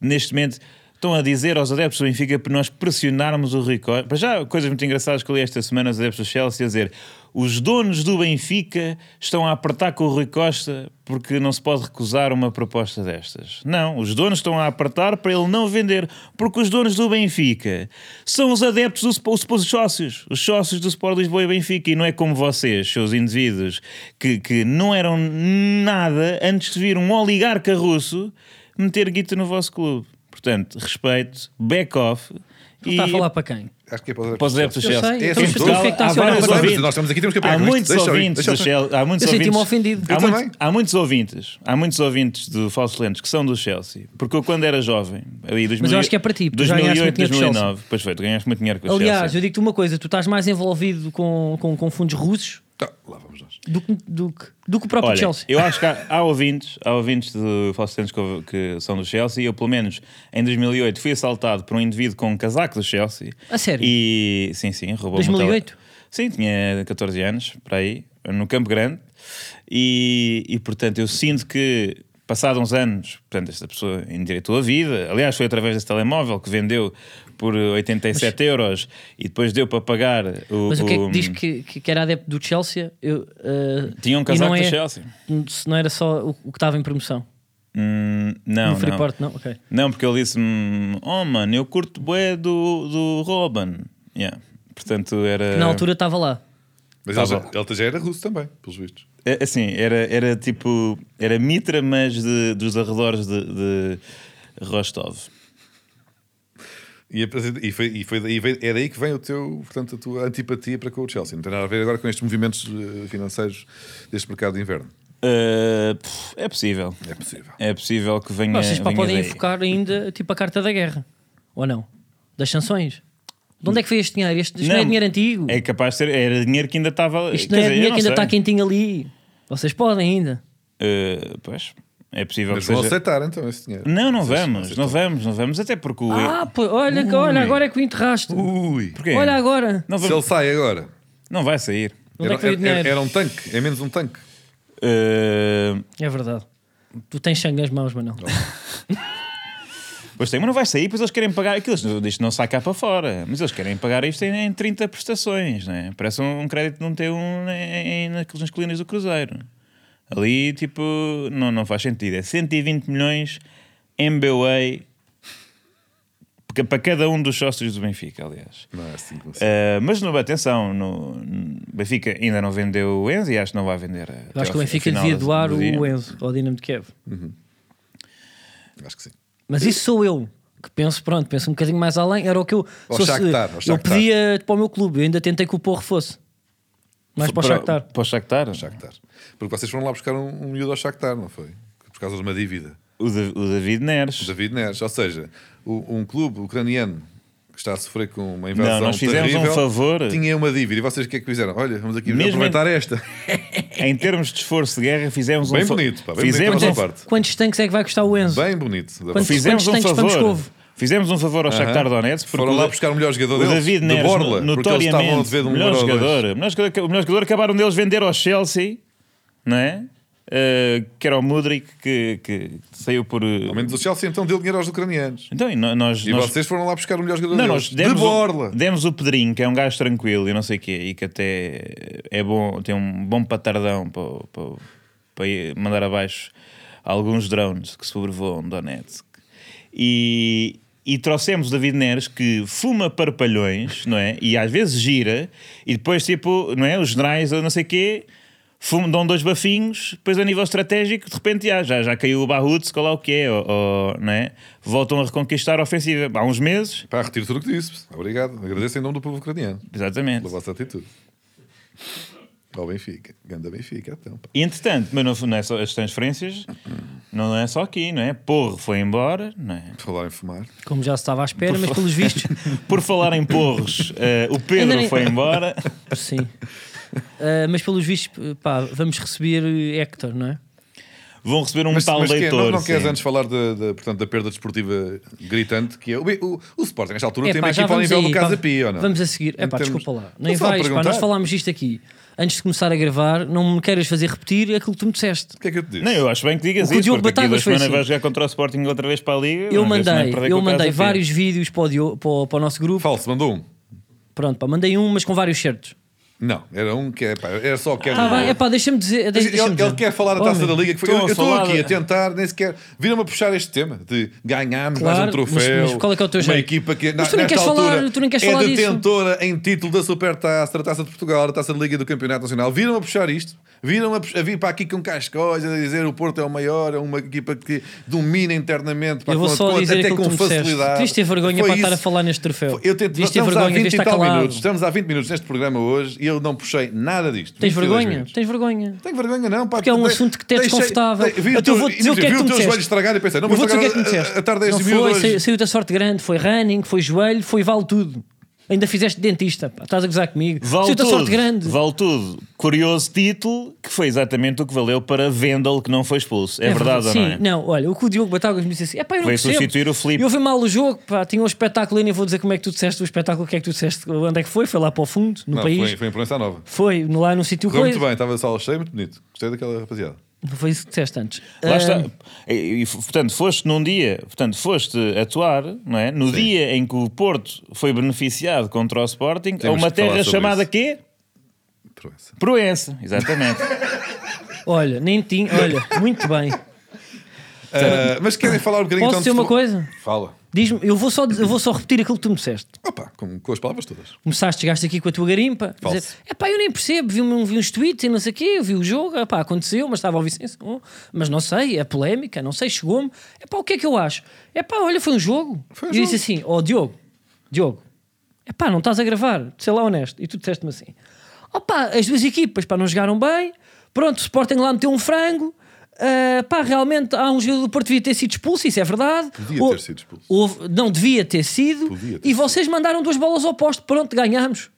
S4: neste momento estão a dizer aos adeptos do Benfica para nós pressionarmos o Rui Costa. Para já, coisas muito engraçadas que eu li esta semana, os adeptos do Chelsea a dizer os donos do Benfica estão a apertar com o Rui Costa porque não se pode recusar uma proposta destas. Não, os donos estão a apertar para ele não vender, porque os donos do Benfica são os adeptos, do, Sp- os, os sócios, os sócios do Sport Lisboa e Benfica, e não é como vocês, seus indivíduos, que, que não eram nada antes de vir um oligarca russo meter guita no vosso clube. Portanto, respeito, back off.
S1: Ele está tá a falar para quem?
S3: Acho que é para os
S4: Para os adeptos do
S1: Eu
S4: Chelsea.
S1: sei,
S3: então, mas
S4: Portugal,
S3: porquê é que
S1: está a
S4: há
S1: ser
S4: vários
S1: uma coisa-
S4: ouvintes.
S3: Nós estamos aqui, temos que apanhar
S4: Há
S3: com isto.
S4: muitos
S3: Deixa eu ir,
S4: ouvintes
S3: deixa eu
S4: do
S3: ir.
S4: Chelsea. Há muitos
S1: Eu senti-me
S4: ouvintes.
S1: ofendido.
S4: Há
S3: Eu
S4: muitos-
S3: também.
S4: Há muitos ouvintes. Há muitos ouvintes do Falso Lentes que são do Chelsea. Porque eu, quando era jovem, aí, 2000,
S1: Mas eu acho que é para ti, porque tu já ganhaste
S4: 2008,
S1: muito dinheiro com o
S4: 2009. Pois foi, tu ganhaste muito dinheiro com o
S1: Aliás,
S4: Chelsea.
S1: eu digo-te uma coisa, tu estás mais envolvido com, com, com fundos russos
S3: Ah, lá vamos nós.
S1: do que, do que, do que o próprio
S4: Olha,
S1: Ah, Chelsea.
S4: eu acho que há, há ouvintes, há ouvintes do Falso Lentes que, que são do Chelsea. Eu, pelo menos, em 2008 fui assaltado por um indivíduo com um casaco do Chelsea.
S1: A sério?
S4: E, sim, sim, roubou
S1: 2008?
S4: Sim, tinha 14 anos, para aí, no Campo Grande. E, e, portanto, eu sinto que, passados uns anos, portanto, esta pessoa endireitou a vida. Aliás, foi através desse telemóvel que vendeu por 87 euros e depois deu para pagar o.
S1: Mas o que é que diz que, que, que era adepto do Chelsea? Eu, eh,
S4: Tinha um
S1: e
S4: casaco
S1: não
S4: do
S1: é-
S4: Chelsea.
S1: Se não era só o, o que estava em promoção.
S4: Hum, não,
S1: no
S4: não.
S1: Freeport, não? Ok.
S4: Não, porque ele disse-me: Oh, mano, eu curto bué do, do Robin. Yeah. Portanto, era.
S1: Na altura estava lá.
S3: Mas
S4: Tá
S3: ele, já,
S4: bom.
S3: ele já era russo também, pelos vistos.
S4: É, Assim, era, era tipo. Era Mitra, mas de- dos arredores de, de Rostov.
S3: E, apresen- e, foi, e, foi, daí- e veio- é daí que vem o teu, portanto, a tua antipatia para com o Chelsea. Não tem nada a ver agora com estes movimentos eh, financeiros deste mercado de inverno.
S4: Uh, pff, é possível.
S3: É possível.
S4: É possível que venha.
S1: Vocês pá,
S4: venha
S1: podem
S4: daí.
S1: invocar ainda tipo a carta da guerra. Ou não? Das sanções. De onde é que foi este dinheiro? Este, isto não, é dinheiro antigo.
S4: É capaz de ser. Era dinheiro que ainda estava.
S1: isto
S4: quer
S1: não é
S4: dizer, eu
S1: dinheiro que ainda
S4: sei.
S1: está quentinho ali. Vocês podem ainda.
S4: Uh, pois. É possível
S3: Mas
S4: que
S3: vão
S4: seja.
S3: aceitar então esse dinheiro.
S4: Não, não
S3: Vocês
S4: vamos. Não
S3: aceitam.
S4: vamos, não vamos. Até porque o.
S1: Ah, pô, olha, que- olha, agora é que o enterraste.
S3: Ui!
S4: Porquê?
S1: Olha agora.
S4: Não,
S3: Se
S4: vamos-
S3: ele sai agora,
S4: não vai sair.
S1: Onde
S3: era,
S1: é que foi o
S3: era-
S1: dinheiro?
S3: era um tanque, é menos um tanque.
S4: Uh,
S1: É verdade. Tu tens sangue nas mãos, Manel.
S4: Pois tem, mas não vai sair, pois eles querem pagar aquilo. Isto isto não sai cá para fora, mas eles querem pagar isto em, em 30 prestações, né? Parece um, um crédito de não ter um em, em- naqueles nas colinas do Cruzeiro. Ali, tipo, não, não faz sentido. É 120 milhões MBA Porque- Para cada um dos sócios do Benfica, aliás.
S3: Não é assim que funciona.
S4: Eh, mas no, atenção, no, no- Benfica ainda não vendeu o Enzo e acho que não vai vender.
S1: Eu acho que o Benfica devia doar o Enzo ao Dinamo de Kiev.
S3: Acho que sim.
S1: Mas isso sou eu que penso, pronto, penso um bocadinho mais além. Era o que eu.
S3: Ao
S1: se fosse-
S3: Shakhtar, ao
S1: eu
S3: Shakhtar.
S1: pedia para o meu clube, eu ainda tentei que o Porro fosse. Mas para o Shakhtar.
S4: Para o Shakhtar?
S3: Shakhtar. Porque vocês foram lá buscar um, um miúdo ao Shakhtar, não foi? Por causa de uma dívida.
S4: O, Da- o David Neres.
S3: David Neres. Ou seja, o- um clube ucraniano que está a sofrer com uma invasão
S4: Não, nós fizemos
S3: terrível,
S4: um favor.
S3: Tinha uma dívida. E vocês o que é que fizeram? Olha, vamos aqui
S4: Mesmo
S3: aproveitar esta.
S4: Em termos de esforço de guerra, fizemos
S3: Bem
S4: um fa-
S3: bonito, pá, bem bonito
S4: fizemos
S3: da
S4: um,
S3: vossa parte.
S1: Quantos tanques é que vai custar o Enzo?
S3: Bem bonito. Da
S1: Quantos-
S4: fizemos um
S1: tanques para
S4: favor.
S1: Moscovo?
S4: Fizemos um favor ao Shakhtar Donetsk. porque
S3: Foram
S4: o
S3: lá
S4: Da-
S3: buscar o melhor jogador
S4: O
S3: deles,
S4: David
S3: de
S4: Neres,
S3: Borla,
S4: no-
S3: porque eles estavam a
S4: notoriamente,
S3: dever de um
S4: melhor
S3: euro ou dois.
S4: jogador, o melhor jogador. O melhor jogador acabaram deles vender ao Chelsea, não é? Eh, que era o Mudrik, que, que saiu por. eh,
S3: Ao menos o Chelsea então deu dinheiro aos ucranianos.
S4: Então, e no- nós.
S3: E
S4: nós-
S3: vocês foram lá buscar o melhor jogador
S4: não,
S3: deles.
S4: nós demos, um-
S3: de borla.
S4: O, demos o Pedrinho, que é um gajo tranquilo e não sei o quê, e que até é bom, tem um bom patardão para, para, para ir mandar abaixo alguns drones que sobrevoam Donetsk. E, e trouxemos o David Neres, que fuma parpalhões, não é? E às vezes gira, e depois, tipo, não é? Os generais ou não sei o quê. Fumo, dão dois bafinhos, depois a nível estratégico, de repente já, já, já caiu o Barrut, sei lá o que é, ou, ou, não é? voltam a reconquistar a ofensiva. Há uns meses,
S3: Pá, retiro tudo o que disse. Obrigado. Agradeço em nome do povo ucraniano
S4: Exatamente.
S3: pela vossa atitude. Ao Benfica. Ganda Benfica, então. pá.
S4: E entretanto, mas não, não é só as transferências, não é só aqui, não é? Porro foi embora, não é?
S3: Falar em fumar.
S1: Como já se estava à espera, mas pelos vistos,
S4: Por falar em porros, eh, o Pedro
S1: Ainda nem-
S4: foi embora.
S1: sim. Ah, mas pelos vistos, pá, vamos receber eh, Hector, não é?
S4: Vão receber um tal
S3: quer-
S4: leitor.
S3: é? não, não
S4: sim.
S3: queres antes falar da, da, portanto, da perda desportiva gritante que é. O, o, o Sporting, nesta
S4: É
S3: altura, tem
S1: Epá,
S3: uma
S1: já
S3: equipa ao
S1: vamos
S3: nível
S1: aí,
S3: do Casa
S1: pá,
S3: Pia, ou não?
S1: Vamos a seguir.
S3: Em
S1: Epá,
S3: termos-
S1: desculpa lá.
S3: Não
S1: Nem
S3: estava a
S1: vais, pá,
S3: perguntar.
S1: nós falámos disto aqui. Antes de começar a gravar, não me queiras fazer repetir aquilo que tu me disseste.
S3: O que é que eu te disse?
S4: Não, eu acho bem que digas
S1: O que o
S4: isso,
S1: Diogo
S4: porque daqui a duas
S1: Batagas foi
S4: semanas
S1: assim.
S4: vai jogar contra o Sporting outra vez para a Liga.
S1: Eu
S4: vamos ver se não é
S1: mandei,
S4: perder
S1: eu
S4: com o
S1: mandei
S4: Casa Pia.
S1: vários vídeos para o, Dio- para o- para o nosso grupo.
S3: Falso, mandou um.
S1: Pronto, pá, mandei um, mas com vários certos.
S3: Não, era um que é. Pá, era só que era.
S1: Tá bem, é pá, deixa-me dizer.
S3: Ah. Mas
S1: deixa-
S3: ele,
S1: deixa-me
S3: ele
S1: dizer.
S3: quer falar da
S1: Oh,
S3: taça
S1: meu,
S3: da liga. Que foi,
S4: estou
S3: eu
S4: a
S3: estou
S4: falar-
S3: aqui a tentar, nem sequer. Viram-me a puxar este tema de ganhámos mais
S1: Claro,
S3: um troféu.
S1: mas- mas qual é que é o teu
S3: uma
S1: jeito?
S3: equipa que
S1: Mas tu nem
S3: nesta
S1: queres
S3: altura,
S1: falar- tu nem queres
S3: é
S1: falar disso.
S3: detentora em título da Supertaça, da Taça de Portugal, da Taça da Liga e do Campeonato Nacional. Viram-me a puxar isto? Viram-me a, pux- a vir para aqui com cascóis a dizer o Porto é o maior, é uma equipa que domina internamente. Pá,
S1: Eu vou
S3: com-
S1: só
S3: com-
S1: dizer
S3: até
S1: aquilo que
S3: com
S1: tu me disseste.
S3: facilidade.
S1: Devias ter vergonha
S3: Foi
S1: para estar
S3: isso.
S1: a falar neste troféu.
S3: Eu tento,
S1: Devias ter
S3: estamos há
S1: vergonha,
S3: 20
S1: devias
S3: e
S1: estar
S3: tal
S1: calado.
S3: minutos. Estamos há 20 minutos neste programa hoje e eu não puxei nada disto.
S1: Tens
S3: 22
S1: vergonha?
S3: minutos.
S1: Tens vergonha?
S3: Tenho vergonha, não, pá.
S1: Porque é um
S3: Dei-
S1: assunto que te é
S3: deixei-
S1: desconfortável.
S3: dei- vi o
S1: Então
S3: teu-
S1: eu vou dizer o que é que
S3: vi
S1: tu
S3: o
S1: me
S3: teu joelho
S1: disseste.
S3: estragar e pensei, não
S1: Eu
S3: vou
S1: vou dizer o que é que me
S3: estragar a-
S1: disseste.
S3: a- a tarde a
S1: Não
S3: este miúdo
S1: foi,
S3: hoje.
S1: saiu, saiu da sorte grande, foi running, foi joelho, foi vale tudo. Ainda fizeste dentista, pá, estás a gozar comigo.
S4: Vale
S1: saiu da
S4: tudo,
S1: sorte grande.
S4: vale tudo. Curioso título, que foi exatamente o que valeu para Vendel, que não foi expulso. É, verdade,
S1: sim,
S4: ou não é?
S1: Não, olha, o que o Diogo Batagas me disse assim: é pá, eu não
S4: Veio
S1: percebo.
S4: substituir o Filipe.
S1: Eu vi mal o jogo, pá, tinha um espetáculo e nem vou dizer como é que tu disseste o espetáculo, o que é que tu disseste, onde é que foi, foi lá para o fundo, no
S3: Não,
S1: país.
S3: foi, foi em Proença Nova.
S1: Foi lá num sítio
S3: Correu muito
S1: coisa.
S3: bem, estava a sala cheia, muito bonito. Gostei daquela rapaziada.
S1: Não foi isso que disseste antes.
S4: Lá
S1: Ah,
S4: está. E, e, f- portanto, foste num dia, portanto, foste atuar, não é? No dia em que o Porto foi beneficiado contra o Sporting, a
S3: Temos
S4: uma
S3: que falar
S4: terra
S3: sobre
S4: chamada
S3: isso.
S4: quê?
S3: Proença.
S4: Proença, exatamente.
S1: Olha, nem tinha, olha, muito bem.
S3: Então, Ah, mas querem falar um bocadinho
S1: Posso
S3: então de
S1: dizer uma
S3: futebol?
S1: coisa?
S3: Fala.
S1: Diz-me, eu vou, só, eu vou só repetir aquilo que tu me disseste.
S3: Opa, com, com as palavras todas.
S1: Começaste, chegaste aqui com a tua garimpa. a
S3: Falso.
S1: Dizer, é pá, eu nem percebo. Vi, um- vi uns tweets e não sei o quê. Eu vi o jogo. É pá, aconteceu, mas estava ao Vicente. Oh, mas não sei, é polémica. Não sei, chegou-me. É pá, o que é que eu acho? É pá, olha, foi um jogo.
S3: Foi um
S1: e eu disse assim, ó Diogo, Diogo, é pá, não estás a gravar. Sei lá, honesto. E tu disseste-me assim, ó pá, as duas equipas pá, não jogaram bem. Pronto, o Sporting lá meteu um frango. Ah, pá, realmente há um jogador do Porto devia ter sido expulso, isso é verdade.
S3: Podia
S1: Ou-
S3: ter sido expulso.
S1: Houve- não devia ter sido.
S3: Podia ter
S1: e vocês mandaram duas bolas ao posto. Pronto, ganhámos.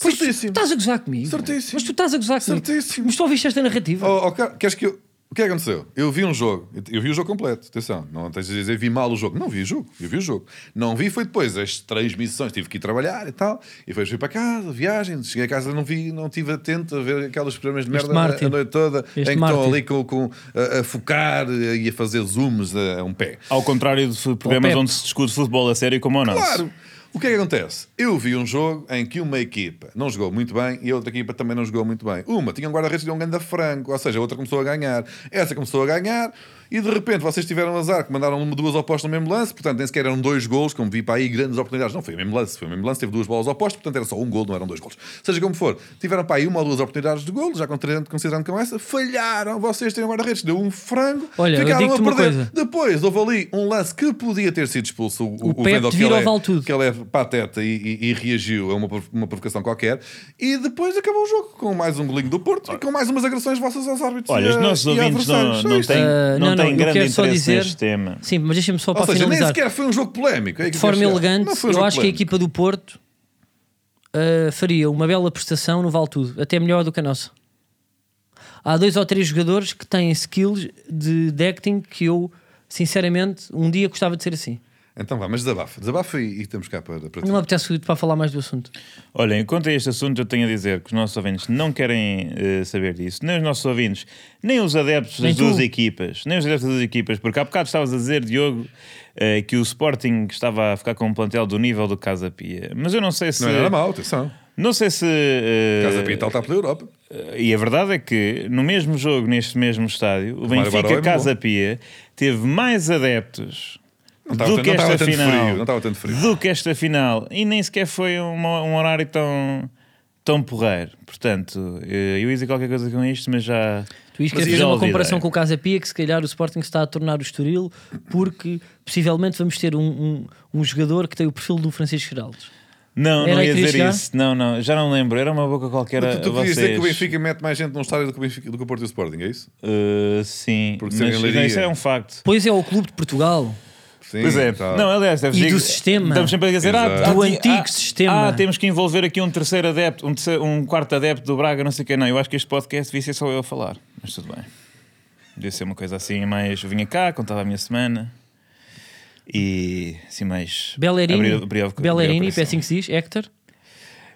S1: Pois tu-
S3: Certíssimo.
S1: Estás a gozar comigo.
S3: Certíssimo.
S1: Mas tu estás a gozar comigo.
S3: Certíssimo.
S1: Mas tu ouviste esta narrativa.
S3: Oh, oh, cara, queres que eu. O que é que aconteceu? Eu vi um jogo, eu vi o jogo completo, atenção, não tens de dizer vi mal o jogo, não vi o jogo, eu vi o jogo. Não vi foi depois as transmissões, tive que ir trabalhar e tal, e depois fui para casa, viagem, cheguei a casa, não vi, não estive atento a ver aqueles programas de merda a-
S1: Martin.
S3: a noite toda,
S1: Este
S3: em que estão
S1: Martin.
S3: ali com, com- a, a focar eh, e a fazer zooms a, a um pé.
S4: Ao contrário de f-
S1: Ó,
S4: programas
S1: Pepe.
S4: onde se discute futebol a sério como o nosso.
S3: Claro! O que é que acontece? Eu vi um jogo em que uma equipa não jogou muito bem e a outra equipa também não jogou muito bem. Uma tinha um guarda-redes de um ganda franco, ou seja, a outra começou a ganhar. Essa começou a ganhar e de repente vocês tiveram azar que mandaram duas opostas no mesmo lance, portanto nem sequer eram dois gols, como vi para aí grandes oportunidades. Não foi o mesmo lance, foi o mesmo lance, teve duas bolas opostas, portanto era só um gol, não eram dois gols. Seja como for, tiveram para aí uma ou duas oportunidades de gol, já considerando, considerando como essa, falharam, vocês têm um guarda-redes, deu um frango,
S1: Olha, eu
S3: ficaram a
S1: digo-te uma
S3: perder.
S1: coisa.
S3: Depois houve ali um lance que podia ter sido expulso o,
S1: O Pepe
S3: Wendel, que
S1: virou
S3: ele é-
S1: Valtudo.
S3: que ele é pateta e, e- e reagiu a uma, prov- uma provocação qualquer. E depois acabou o jogo com mais um golinho do Porto e com mais umas agressões vossas aos árbitros.
S4: Olha,
S3: e
S4: os
S3: a-
S4: nossos
S3: e a
S4: ouvintes não,
S3: adversários.
S4: não
S3: É isto.
S4: têm,
S1: Ah,
S4: não têm
S1: eu
S4: grande
S1: quero
S4: interesse
S1: só dizer.
S4: neste tema.
S1: Sim, mas deixa-me só
S3: Ou
S1: para
S3: seja, nem
S1: finalizar.
S3: sequer foi um jogo polémico. É
S1: De forma elegante,
S3: não foi um
S1: eu
S3: jogo
S1: acho que a
S3: polémico.
S1: equipa do Porto ah, faria uma bela prestação no Vale Tudo, até melhor do que a nossa. Há dois ou três jogadores que têm skills de, de acting que eu, sinceramente, um dia gostava de ser assim.
S3: Então vá, mas desabafa. Desabafa e, e estamos cá para, para ti.
S1: Não me apetece para falar mais do assunto.
S4: Olhem, enquanto a este assunto, eu tenho a dizer que os nossos ouvintes não querem eh, saber disso, nem os nossos ouvintes, nem os adeptos
S1: Nem
S4: das duas
S1: tu.
S4: equipas, nem os adeptos das duas equipas, porque há bocado estavas a dizer, Diogo, eh, que o Sporting estava a ficar com um plantel do nível do Casa Pia, mas eu não sei se.
S3: Não era mal, atenção.
S4: não sei se. eh,
S3: Casa tá Pintal está pela Europa.
S4: E a verdade é que no mesmo jogo, neste mesmo estádio, o
S3: Mário Baró é
S4: Benfica
S3: bom.
S4: Casa Pia teve mais adeptos
S3: Não estava
S4: do
S3: tanto-
S4: que
S3: não estava
S4: esta
S3: tanto
S4: final.
S3: frio, não estava tanto frio.
S4: Do que esta final. E nem sequer foi uma- um horário tão, tão porreiro. Portanto, eh, eu ia dizer qualquer coisa com isto, mas já.
S1: Tu ias
S4: mas
S1: querer
S4: já
S1: fazer uma
S4: ouvi
S1: comparação
S4: ideia.
S1: com o Casa Pia, que se calhar o Sporting se está a tornar o Estoril, porque possivelmente vamos ter um, um, um jogador que tem o perfil do Francisco Geraldes.
S4: Não,
S1: Era
S4: não
S1: aí
S4: ia
S1: É, que querias
S4: dizer
S1: chegar?
S4: isso. Não, não, já não lembro. Era uma boca qualquer.
S3: Tu,
S4: a
S3: tu querias dizer que o
S4: vocês.
S3: Benfica mete mais gente num estádio do que o, Benfica, do que o Porto e o Sporting, é isso?
S4: Eh, sim,
S3: Porque
S4: mas
S3: serem Leiria.
S4: isso é um facto.
S1: Pois é, o Clube de Portugal.
S3: Sim,
S4: Pois é,
S3: tá.
S4: não, aliás, deve
S1: E
S4: dizer-
S1: do sistema.
S4: Estamos sempre a dizer, ah,
S3: Exato.
S4: ah,
S1: Do
S4: ti-
S1: antigo
S4: ah,
S1: sistema.
S4: Ah, temos que envolver aqui um terceiro adepto, um, terceiro- um quarto adepto do Braga, não sei o quê. Não, eu acho que este podcast devia ser só eu a falar, mas tudo bem. Devia ser uma coisa assim, mais. Eu vinha cá, contava a minha semana e assim, mais.
S1: Bellerini,
S4: abri- abri- abri-
S1: Bellerini,
S4: operação.
S1: é assim que se diz, Hector.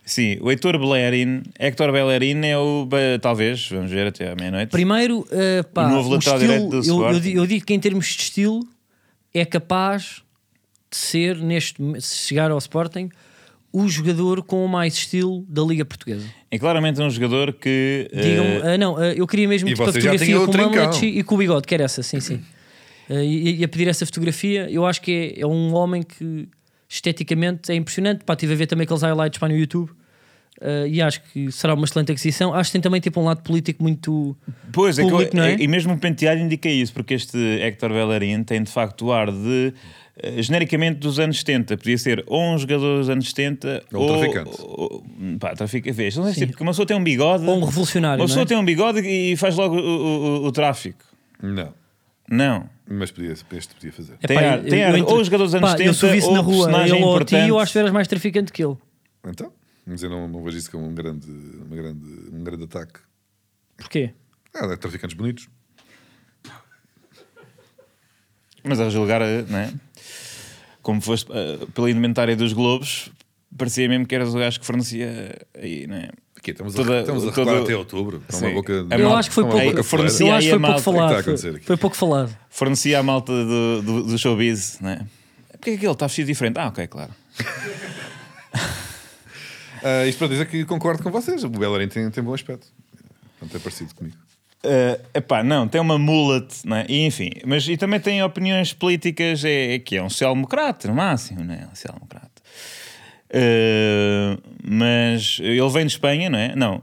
S4: Sim, o Heitor Bellerin, Hector Bellerin é o. ba- Talvez, vamos ver até à meia-noite.
S1: Primeiro, eh, pá,
S4: O novo
S1: o
S4: lateral direito
S1: estilo,
S4: do
S1: eu, eu,
S4: Sporting.
S1: di- eu digo que em termos de estilo é capaz de ser, neste mo- se chegar ao Sporting, o jogador com mais estilo da Liga Portuguesa.
S4: É claramente um jogador que. eh,
S1: Digam, ah, não, ah, eu queria mesmo
S3: e
S1: tipo, a
S3: vocês já
S1: fotografia
S3: tinham o
S1: com o Mamlechi
S3: Trincão.
S1: e com o bigode, quer essa, sim,
S4: Uhum.
S1: sim. Ah, e, e a pedir essa fotografia, eu acho que é, é um homem que esteticamente é impressionante. Pá, estive a ver também aqueles highlights para no YouTube. ah, e acho que será uma excelente aquisição. Acho que tem também tipo, um lado político muito
S4: Pois, é que eu-
S1: público, não é?
S4: e mesmo o penteado indica isso, porque este Hector Bellerin tem de facto o ar de. eh, genericamente dos anos 70, podia ser ou um jogador dos anos 70
S3: Ou um traficante.
S4: ou- pá, trafica, vês, não é tipo, porque uma pessoa tem um bigode,
S1: Ou um revolucionário.
S4: uma
S1: não é?
S4: pessoa tem um bigode e faz logo o, o- o- o tráfico.
S3: Não,
S4: Não,
S3: mas podia, este podia fazer.
S1: É
S4: um Tem
S1: pá,
S4: ar- tem ar-
S1: entro-
S4: ou os jogadores dos anos
S1: pá, eu se o
S4: 70,
S1: visse na
S4: ou
S1: rua,
S4: personagem
S1: ele ou a ti,
S4: importante.
S1: eu acho que eras mais traficante que ele.
S3: Então, mas eu não, não vejo isso como um grande, uma grande, um grande ataque.
S1: Porquê?
S3: Ah, é traficantes bonitos.
S4: mas a julgar, eh, não é? Como foste eh, pela indumentária dos Globos, parecia mesmo que eras o gajo que fornecia aí, não é?
S3: Aqui, estamos
S4: Toda-
S3: a, estamos a
S4: toda-
S3: recuar até outubro. Para uma
S4: Sim.
S3: boca,
S4: É
S1: eu
S4: mal-
S1: acho que foi
S3: para
S1: pouco,
S3: uma
S4: é-
S3: boca
S4: fornecia
S3: fora.
S1: eu
S4: aí
S1: acho que
S4: a
S1: foi pouco
S3: O que é que está
S4: malta.
S3: a
S1: falado.
S3: acontecer aqui?
S1: Foi pouco falado.
S4: fornecia à malta do, do, do showbiz, não é? Porque é que ele está vestido diferente? Ah, ok, claro.
S3: Ah, isto para dizer que concordo com vocês. O Bellerin tem, tem bom aspecto. Não tem parecido comigo.
S4: Eh, epá, não, tem uma mullet, não é? E, enfim, mas e também tem opiniões políticas, é, é que é um socialdemocrata, no máximo, não é? Um socialdemocrata. Eh, mas ele vem de Espanha, não é? Não.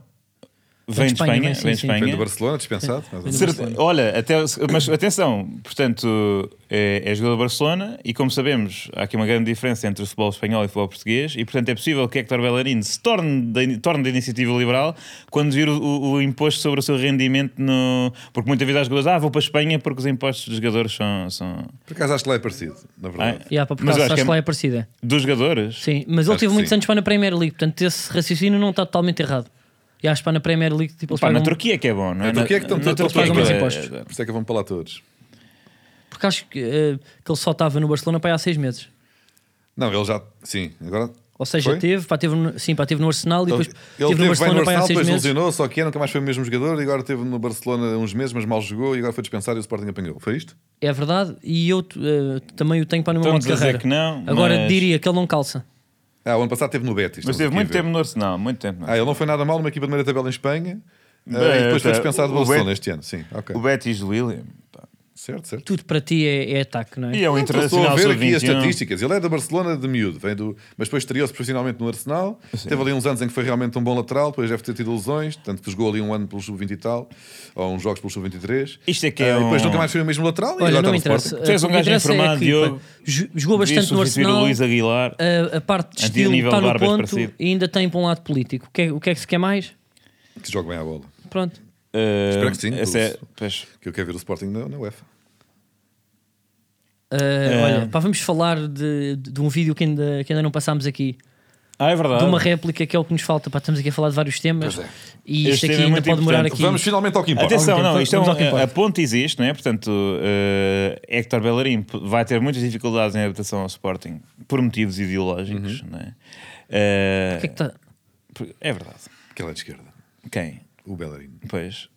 S4: Vem de Espanha,
S1: sim,
S4: vem de
S1: sim.
S4: Espanha.
S3: Vem do Barcelona, dispensado. mais ou menos.
S4: Certe- Olha, até, mas atenção, portanto, é, é jogador do Barcelona e como sabemos, há aqui uma grande diferença entre o futebol espanhol e o futebol português e, portanto, é possível que Héctor Bellerin se torne da, in- torne da iniciativa liberal quando vir o, o- o imposto sobre o seu rendimento no... Porque muitas vezes há jogadores, ah, vou para a Espanha porque os impostos dos jogadores são... são...
S3: Por acaso acho que lá é parecido, na verdade.
S4: Ah,
S1: E há para por
S4: Mas eu
S1: acaso,
S4: acho
S1: acho
S4: que
S1: que
S4: é-
S1: lá é parecida.
S4: Dos jogadores?
S1: Sim, mas ele
S3: Acho que
S1: teve muitos
S3: sim.
S1: anos para na Premier League, portanto esse raciocínio não está totalmente errado. E acho que para na Premier League, tipo, eles
S4: Pá, na
S1: pagam-
S4: Turquia é que é bom, não é?
S3: Na Turquia é que estão- estão-
S4: Turquia
S1: pagam mais
S4: é-
S1: impostos.
S3: Por isso é que vão para lá todos.
S1: porque acho que, eh, que ele só estava no Barcelona para aí há seis meses.
S3: Não, ele já. Sim, agora.
S1: Ou seja,
S3: foi?
S1: teve, pá, teve no, sim, pá, teve no Arsenal e
S3: Então, Ele
S1: depois
S3: ele
S1: teve no
S3: teve bem
S1: Barcelona
S3: no
S1: para aí há
S3: Arsenal,
S1: seis
S3: depois
S1: meses.
S3: lesionou, só que é, nunca mais foi o mesmo jogador e agora esteve no Barcelona uns meses, mas mal jogou e agora foi dispensado e o Sporting apanhou. Foi isto?
S1: É verdade, e eu eh, também o tenho para no meu
S4: Estamos
S1: modo de
S4: a
S1: carreira.
S4: Então, dizer que não,
S1: Agora
S4: mas-
S1: diria que ele não calça.
S3: Ah, o ano passado teve no Betis.
S4: Mas
S3: estamos
S4: teve
S3: aqui
S4: muito
S3: a ver.
S4: tempo no Arsenal, muito tempo. é? no
S3: Ah, ele não foi nada mal numa equipa de meia tabela em Espanha. ah,
S4: Bem,
S3: e depois foi
S4: tá.
S3: dispensado do
S4: O
S3: Barcelona
S4: Bet-
S3: este ano. Sim, ok.
S4: O Betis William. pá.
S3: Certo, certo.
S1: Tudo para ti é, é ataque, não é?
S4: E é um
S3: Não, Então, Estou a
S4: internacional
S3: ver aqui as
S4: sub-21.
S3: estatísticas. Ele é da Barcelona de miúdo, vem do... mas depois estreou-se profissionalmente no Arsenal. Teve ali uns anos em que foi realmente um bom lateral, depois deve ter tido lesões, tanto que jogou ali um ano pelo sub-20 e tal, ou uns jogos pelo sub-23.
S4: Isto é que é
S3: Ah, e depois
S4: um-
S3: nunca mais foi o mesmo lateral e
S1: Olha,
S3: agora
S1: não
S3: está no
S1: interessa.
S3: Sporting.
S4: Tu és um
S1: O que
S4: gajo
S1: interessa é a
S4: informado,
S1: equipa.
S4: Diogo.
S1: Jo- Jogou
S4: Devia
S1: bastante Ah. no
S4: substituir o
S1: Arsenal.
S4: Luís Aguilar.
S1: A, a parte de
S4: Antigo
S1: estilo
S4: nível
S1: está
S4: de
S1: no
S4: barbas
S1: ponto
S4: parecido.
S1: e ainda tem para um lado político. O que, é, o que é que se quer mais?
S3: Que joga bem à bola.
S1: Pronto.
S4: Eh,
S3: espero que sim,
S4: esse é-
S3: pelo-
S4: pois.
S3: Que eu quero ver o Sporting na, na UEFA.
S1: Uh,
S4: É.
S1: Olha, pá, vamos falar de, de um vídeo que ainda, que ainda não passámos aqui.
S4: Ah, é verdade.
S1: De uma réplica que é o que nos falta. Pá, estamos aqui a falar de vários temas.
S3: Pois é.
S1: E isto
S4: Este
S1: aqui
S4: tema é
S1: ainda
S4: muito
S1: pode demorar
S4: importante.
S1: aqui.
S3: Vamos finalmente ao que importa.
S4: Atenção,
S1: Vamos
S4: não, isto é
S1: ao que
S4: um,
S1: importa.
S4: a ponta existe, não é? Portanto, eh, Héctor Bellerin p- vai ter muitas dificuldades em adaptação ao Sporting por motivos ideológicos,
S3: Uhum.
S4: não é? Eh,
S1: O que é que tá-
S4: por- é verdade.
S3: Aquela de esquerda,
S4: Quem?
S3: o Bellerin.
S4: Pois.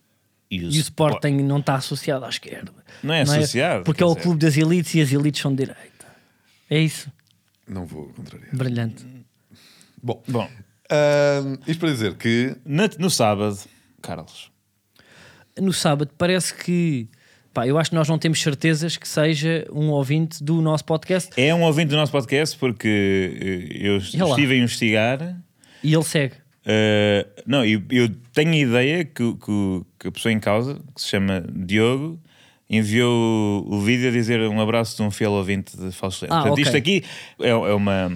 S4: E o,
S1: E o
S4: Sport-
S1: Sporting não está associado à esquerda.
S4: Não é associado,
S1: Porque
S4: quer
S1: é o
S4: dizer.
S1: clube das elites e as elites são de direita. É isso.
S3: Não vou contrariar.
S1: Brilhante.
S3: Bom,
S4: Bom,
S3: ahm, isto para dizer que
S4: na- no sábado, Carlos,
S1: no sábado parece que pá, eu acho que nós não temos certezas que seja um ouvinte do nosso podcast
S4: é um ouvinte do nosso podcast porque eh, eu
S1: Olha lá.
S4: estive a investigar.
S1: e ele segue.
S4: Uh, não, eu, eu tenho a ideia que, o- que o- que a pessoa em causa, que se chama Diogo, enviou o, o vídeo a dizer um abraço de um fiel ouvinte de Falso Lento.
S1: Ah,
S4: Portanto,
S1: ok.
S4: isto aqui é, é uma,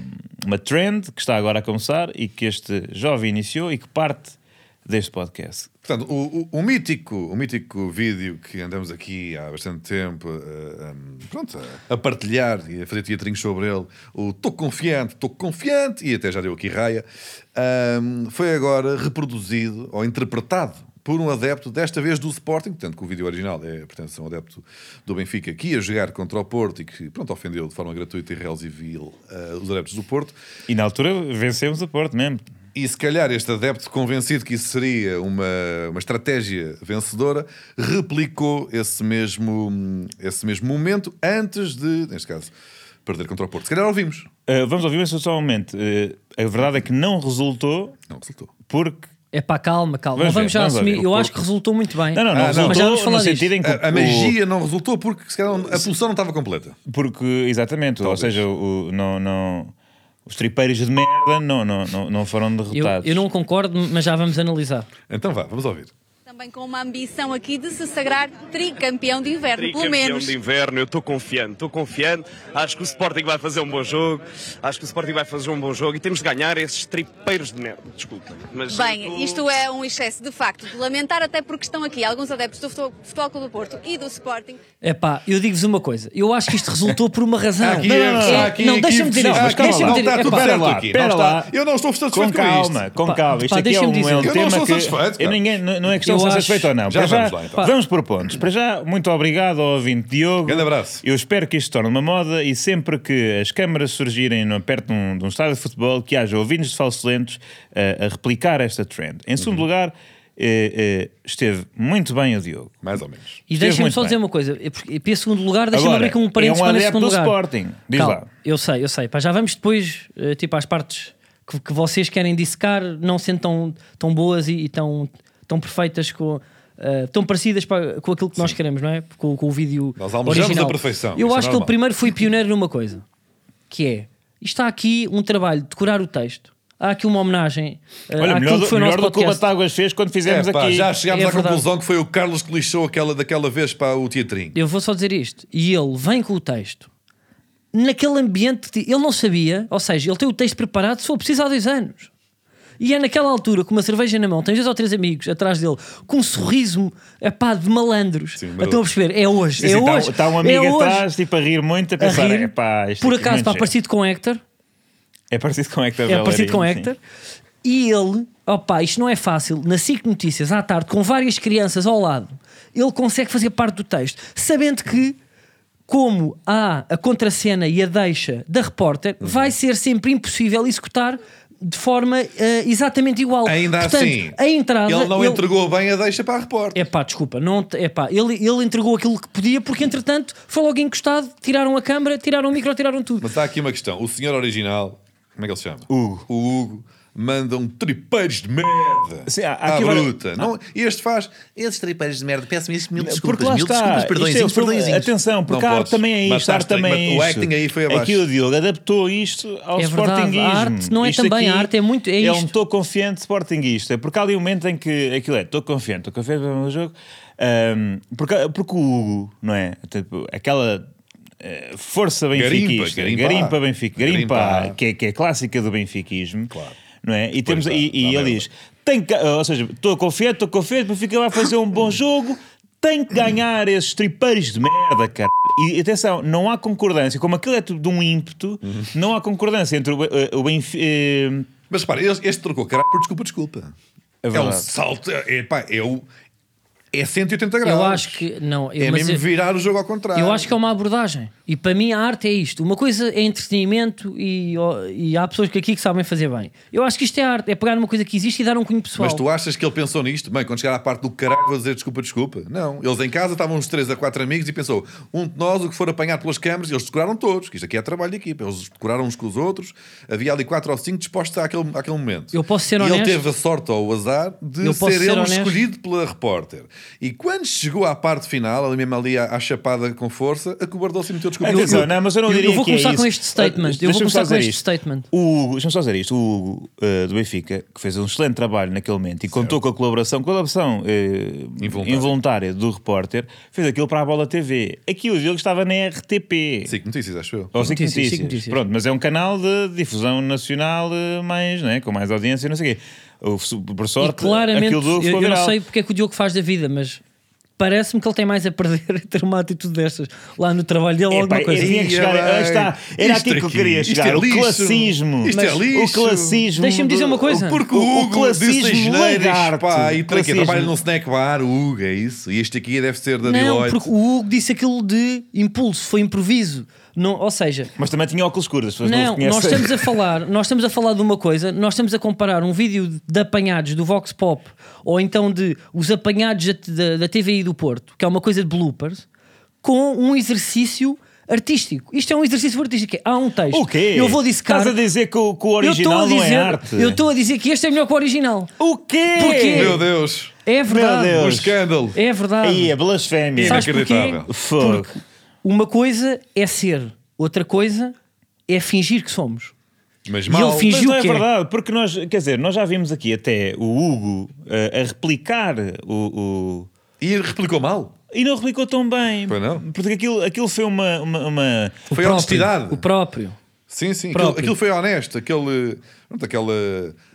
S4: uma trend que está agora a começar e que este jovem iniciou e que parte deste podcast.
S3: Portanto, o, o- o mítico, o mítico vídeo que andamos aqui há bastante tempo eh, um, pronto, a, a partilhar e a fazer teatrinhos sobre ele, o Tô Confiante, Tô Confiante, e até já deu aqui raia, um, foi agora reproduzido ou interpretado por um adepto, desta vez do Sporting, portanto que o vídeo original é, portanto, um adepto do Benfica que ia jogar contra o Porto e que, pronto, ofendeu de forma gratuita e real e vil eh, os adeptos do Porto.
S4: E na altura vencemos a Porto mesmo.
S3: E se calhar este adepto, convencido que isso seria uma, uma estratégia vencedora, replicou esse mesmo, esse mesmo momento antes de, neste caso, perder contra o Porto. Se calhar ouvimos.
S4: Uh, vamos ouvir isso só um momento. Uh, a verdade é que não resultou
S3: Não resultou.
S4: porque.
S1: É pá, calma, calma.
S4: Vamos
S1: Não vamos
S4: ver,
S1: já
S4: vamos
S1: assumir.
S4: ouvir.
S1: Eu
S4: O
S1: acho que
S4: corpo.
S1: resultou muito bem.
S4: Não, não, não
S3: Ah, não.
S1: Mas já
S4: resultou
S1: vamos falar
S4: no
S1: disto.
S4: sentido em que
S3: A, a
S4: o-
S3: magia não resultou porque, se calhar, a solução não estava completa.
S4: Porque, exatamente, ou seja, o, não, não, os tripeiros de merda não, não, não, não foram
S1: Eu,
S4: derrotados.
S1: eu não concordo, mas já vamos analisar.
S3: Então vá, vamos ouvir.
S5: Também com uma ambição aqui de se sagrar tricampeão de inverno, pelo
S6: Tricampeão
S5: menos.
S6: de inverno, eu estou confiante, estou confiante. Acho que o Sporting vai fazer um bom jogo. Acho que o Sporting vai fazer um bom jogo e temos de ganhar esses tripeiros de merda. Desculpem. Mas eu tô-
S5: Bem, isto é um excesso de facto de lamentar, até porque estão aqui alguns adeptos do Futebol Futebol Clube do Porto e do Sporting.
S1: É pá, eu digo-vos uma coisa. Eu acho que isto resultou por uma razão.
S3: Aqui
S1: não,
S3: é-
S1: não,
S3: está
S1: não,
S3: aqui,
S1: não,
S3: aqui,
S1: deixa-me dizer
S3: não,
S1: isto.
S3: mas calma
S1: Deixa-me
S3: lá,
S1: dizer.
S3: não está
S1: epá,
S3: tudo
S4: Pera
S3: certo
S4: lá,
S3: aqui, não
S4: pera
S3: está.
S4: lá.
S3: Eu não estou
S4: Com
S3: satisfeito com isto.
S4: calma, com
S1: Pá,
S4: calma. Isto
S1: pá,
S4: aqui é
S1: deixa-me
S4: um, é um
S1: dizer.
S3: Eu não
S4: tema
S3: estou
S4: que.
S3: satisfeito, cara.
S4: eu ninguém, não, não é questão
S1: Eu
S4: de
S1: acho-
S4: satisfeito ou não.
S3: Já
S4: Para
S3: vamos lá, então.
S4: Pá, vamos por pontos. Para já, muito obrigado ao ouvinte Diogo.
S3: Grande abraço.
S4: Eu espero que isto se torne uma moda e sempre que as câmaras surgirem no- perto de um, de um estádio de futebol, que haja ouvintes de falsos lentos eh, a replicar esta trend. Em
S3: Uhum.
S4: segundo lugar, eh, eh, esteve muito bem o Diogo.
S3: Mais ou menos.
S1: E
S4: Esteve
S1: deixem-me
S4: muito
S1: só
S4: bem.
S1: dizer uma coisa. é porque- Para esse segundo lugar, deixem-me
S4: Agora,
S1: abrir com um parênteses
S4: é um
S1: para esse
S4: adepto
S1: segundo
S4: do
S1: lugar.
S4: Sporting. Diz lá.
S1: Eu sei, eu sei. Pá, já vamos depois, eh, tipo, às partes que, que vocês querem dissecar, não sendo tão, tão boas e, e tão, tão perfeitas com... eh, tão parecidas pá, com aquilo que nós queremos, não é? Com, com o vídeo
S3: Nós almejamos
S1: original.
S3: a perfeição,
S1: Eu
S3: isso é
S1: acho que ele
S3: normal.
S1: primeiro foi pioneiro numa coisa, que é, está aqui um trabalho de decorar o texto, há aqui uma homenagem eh,
S4: Olha,
S1: àquilo
S4: melhor, do-
S1: que foi o
S4: melhor
S1: nosso
S4: do que o
S1: podcast.
S4: Batáguas fez quando fizemos
S3: Epá,
S4: aqui.
S3: já chegámos
S1: É
S3: à
S1: verdade.
S3: conclusão que foi o Carlos que lixou aquela, daquela vez para o teatrinho.
S1: Eu vou só dizer isto. E ele vem com o texto. Naquele ambiente, de- ele não sabia, ou seja, ele tem o texto preparado se for preciso há dois anos. E é naquela altura, com uma cerveja na mão, tem dois ou três amigos atrás dele, com um sorriso epá, de malandros.
S3: Sim, maroto.
S1: Estão a perceber? É hoje, é
S4: está,
S1: hoje.
S4: está um
S1: é
S4: amigo
S1: hoje.
S4: atrás, tipo, a rir muito, a
S1: A
S4: pensar.
S1: rir.
S4: "Epá, isto
S1: Por
S4: aqui é
S1: acaso,
S4: muito
S1: está
S4: giro."
S1: parecido com Hector.
S4: É parecido com Hector
S1: É parecido com
S4: Bellerin,
S1: Hector.
S4: sim.
S1: E ele, opá, isto não é fácil. Na SIC Notícias, à tarde, com várias crianças ao lado, ele consegue fazer parte do texto, sabendo que, como há a contracena e a deixa da repórter,
S3: Uhum.
S1: vai ser sempre impossível executar de forma eh, exatamente
S4: Oh,
S1: igual.
S3: Ainda
S1: Portanto,
S3: assim,
S1: a entrada.
S3: ele não entregou bem a deixa para a repórter.
S1: É pá, desculpa, não, é pá, ele, ele entregou aquilo que podia porque entretanto foi logo encostado, tiraram a câmara, tiraram o micro, tiraram tudo.
S3: Mas há aqui uma questão. O senhor original como é que ele se chama?
S4: Hugo.
S3: O Hugo manda um tripeiros de merda
S4: Sim, há- há
S3: à
S4: aqui várias- Ah.
S3: bruta. Não, este faz esses tripeiros de merda. Peço-me isso, mil desculpas,
S4: porque lá
S3: mil
S4: está.
S3: desculpas,
S4: Isto é
S3: perdõezinhos,
S4: o problema.
S3: perdõezinhos.
S4: Atenção, porque
S3: Não
S4: a arte
S3: podes.
S4: também é isto, a arte
S3: Mataste-
S4: também é
S3: O
S4: isto.
S3: acting aí foi abaixo.
S4: Aqui o Diogo adaptou isto ao
S1: É verdade,
S4: sportinguismo.
S1: a arte não é
S4: Isto
S1: também,
S4: aqui
S1: a arte é muito- é
S4: eu
S1: isto.
S4: um estou confiante sportinguista, porque há ali um momento em que aquilo é, estou confiante, estou confiante para o meu jogo, Eh, Ahm, porque, porque o Hugo, não é? Tipo, aquela eh, força benfiquista,
S3: garimpa.
S4: garimpa, Benfica, garimpa,
S3: Garimpa.
S4: Que, é, que é clássica do benfiquismo,
S3: Claro.
S4: não é? E, temos,
S3: está,
S4: e, e
S3: está
S4: ele
S3: merda.
S4: diz, tem que, ou seja, estou confiante, estou confiante, o Benfica vai fazer um bom jogo, tem que ganhar esses tripeiros de merda, cara. E atenção, não há concordância, como aquilo é tudo de um ímpeto,
S3: Uhum.
S4: não há concordância entre o, Be- eh, o Benfica. eh,
S3: Mas repara, este, este trocou caralho por desculpa, desculpa.
S4: É
S3: É, um
S4: verdade.
S3: salto, é, pá, é, o, é 180 graus.
S1: Eu acho que. Não, eu,
S3: É
S1: mas
S3: mesmo
S1: eu,
S3: virar o jogo ao contrário.
S1: eu acho que é uma abordagem. E para mim a arte é isto. Uma coisa é entretenimento e, ó, e há pessoas que aqui que sabem fazer bem. Eu acho que isto é arte. É pegar uma coisa que existe e dar um cunho pessoal.
S3: Mas tu achas que ele pensou nisto? Bem, quando chegar à parte do caralho, vou dizer desculpa, desculpa. Não. Eles em casa estavam uns 3 a 4 amigos e pensou: um de nós, o que for apanhado pelas câmaras, eles decoraram todos, que isto aqui é trabalho de equipa. Eles decoraram uns com os outros, havia ali 4 ou 5 dispostos àquele, àquele momento.
S1: Eu posso ser
S3: e
S1: honesto?
S3: ele teve a sorte ou o azar de
S1: Eu posso
S3: ser,
S1: ser
S3: ele o
S1: honesto?
S3: escolhido pela repórter. E quando chegou à parte final, ali mesmo ali à, à chapada com força, acobardou-se e meteu desculpa.
S4: É, Atenção,
S3: Eu-
S4: não, mas eu não
S1: eu- eu
S4: diria
S1: vou
S4: que é
S1: começar com
S4: isso.
S1: este statement.
S4: Ah,
S1: Eu vou
S4: deixa-me
S1: começar
S4: só
S1: com
S4: dizer
S1: este
S4: isto.
S1: statement.
S4: O Hugo, deixa-me só dizer isto. O Hugo ah, do Benfica, que fez um excelente trabalho naquele momento e contou com a colaboração, colaboração eh,
S3: Involuntária.
S4: involuntária do repórter, fez aquilo para a Bola TV. Aqui o Diogo estava na RTP.
S3: Cinco notícias, acho eu.
S4: Ou Cic
S1: Notícias,
S4: Notícias.
S1: Cic Notícias.
S4: Pronto, mas é um canal de difusão nacional eh, mais, né, com mais audiência, não sei o quê. O, su- por
S1: E
S4: sorte,
S1: claramente,
S4: aquilo do
S1: eu,
S4: Hugo ficou
S1: eu não
S4: viral.
S1: sei porque é que o Diogo faz da vida, mas parece-me que ele tem mais a perder a ter uma atitude destas lá no trabalho dele ou
S4: Epá, é
S1: alguma
S4: eu
S1: coisa.
S4: tinha que
S3: Ia
S4: chegar-
S3: bem.
S4: ah, está, era
S3: Isto
S4: aqui que eu
S3: aqui,
S4: queria
S3: isto
S4: chegar.
S3: é
S4: o
S3: lixo.
S4: classismo.
S3: Isto é
S4: Mas
S3: lixo.
S4: O classismo.
S1: Deixa-me dizer
S4: do-
S1: uma coisa.
S3: Porque o,
S4: O- o
S3: Hugo
S4: classismo
S3: disse asneiras,
S4: lagarto.
S3: pá, e tranquilo,
S4: Classismo.
S3: trabalha num snack bar, o Hugo, é isso? E este aqui deve ser da
S1: Não,
S3: Deloitte.
S1: porque o Hugo disse aquilo de impulso, foi improviso. Não, ou seja,
S4: Mas também tinha óculos escuros, as pessoas não,
S1: não,
S4: o conhecem.
S1: nós estamos a falar, nós estamos a falar de uma coisa, nós estamos a comparar um vídeo de apanhados do Vox Pop ou então de os apanhados da, da, da TVI do Porto, que é uma coisa de bloopers, com um exercício artístico. Isto é um exercício artístico. Há um texto.
S4: O quê?
S1: Eu vou dissecar.
S4: Estás a dizer que o, que o
S1: Eu estou
S4: original
S1: a
S4: não
S1: dizer,
S4: é arte?
S1: Eu estou a dizer que este é melhor que o original.
S4: O quê?
S1: Porquê?
S3: Meu Deus,
S1: É verdade.
S4: Meu
S3: o
S4: Deus.
S3: escândalo.
S1: É verdade.
S4: Aí é blasfémia.
S1: Sabes
S3: inacreditável.
S1: porquê?
S4: Fogo.
S1: Porque uma coisa é ser, outra coisa é fingir que somos.
S3: Mas
S1: E
S3: mal.
S1: ele fingiu-
S4: Mas não é
S1: que é.
S4: verdade, porque nós, quer dizer, nós já vimos aqui até o Hugo eh, a replicar o- o,
S3: E replicou mal.
S4: E não replicou tão bem.
S3: Pois não.
S4: Porque aquilo, aquilo foi uma. uma, uma-
S1: O
S3: Foi
S1: próprio,
S3: honestidade.
S1: O próprio.
S3: Sim, sim. Aquilo,
S1: Próprio.
S3: aquilo foi honesto. Aquele, pronto, aquela,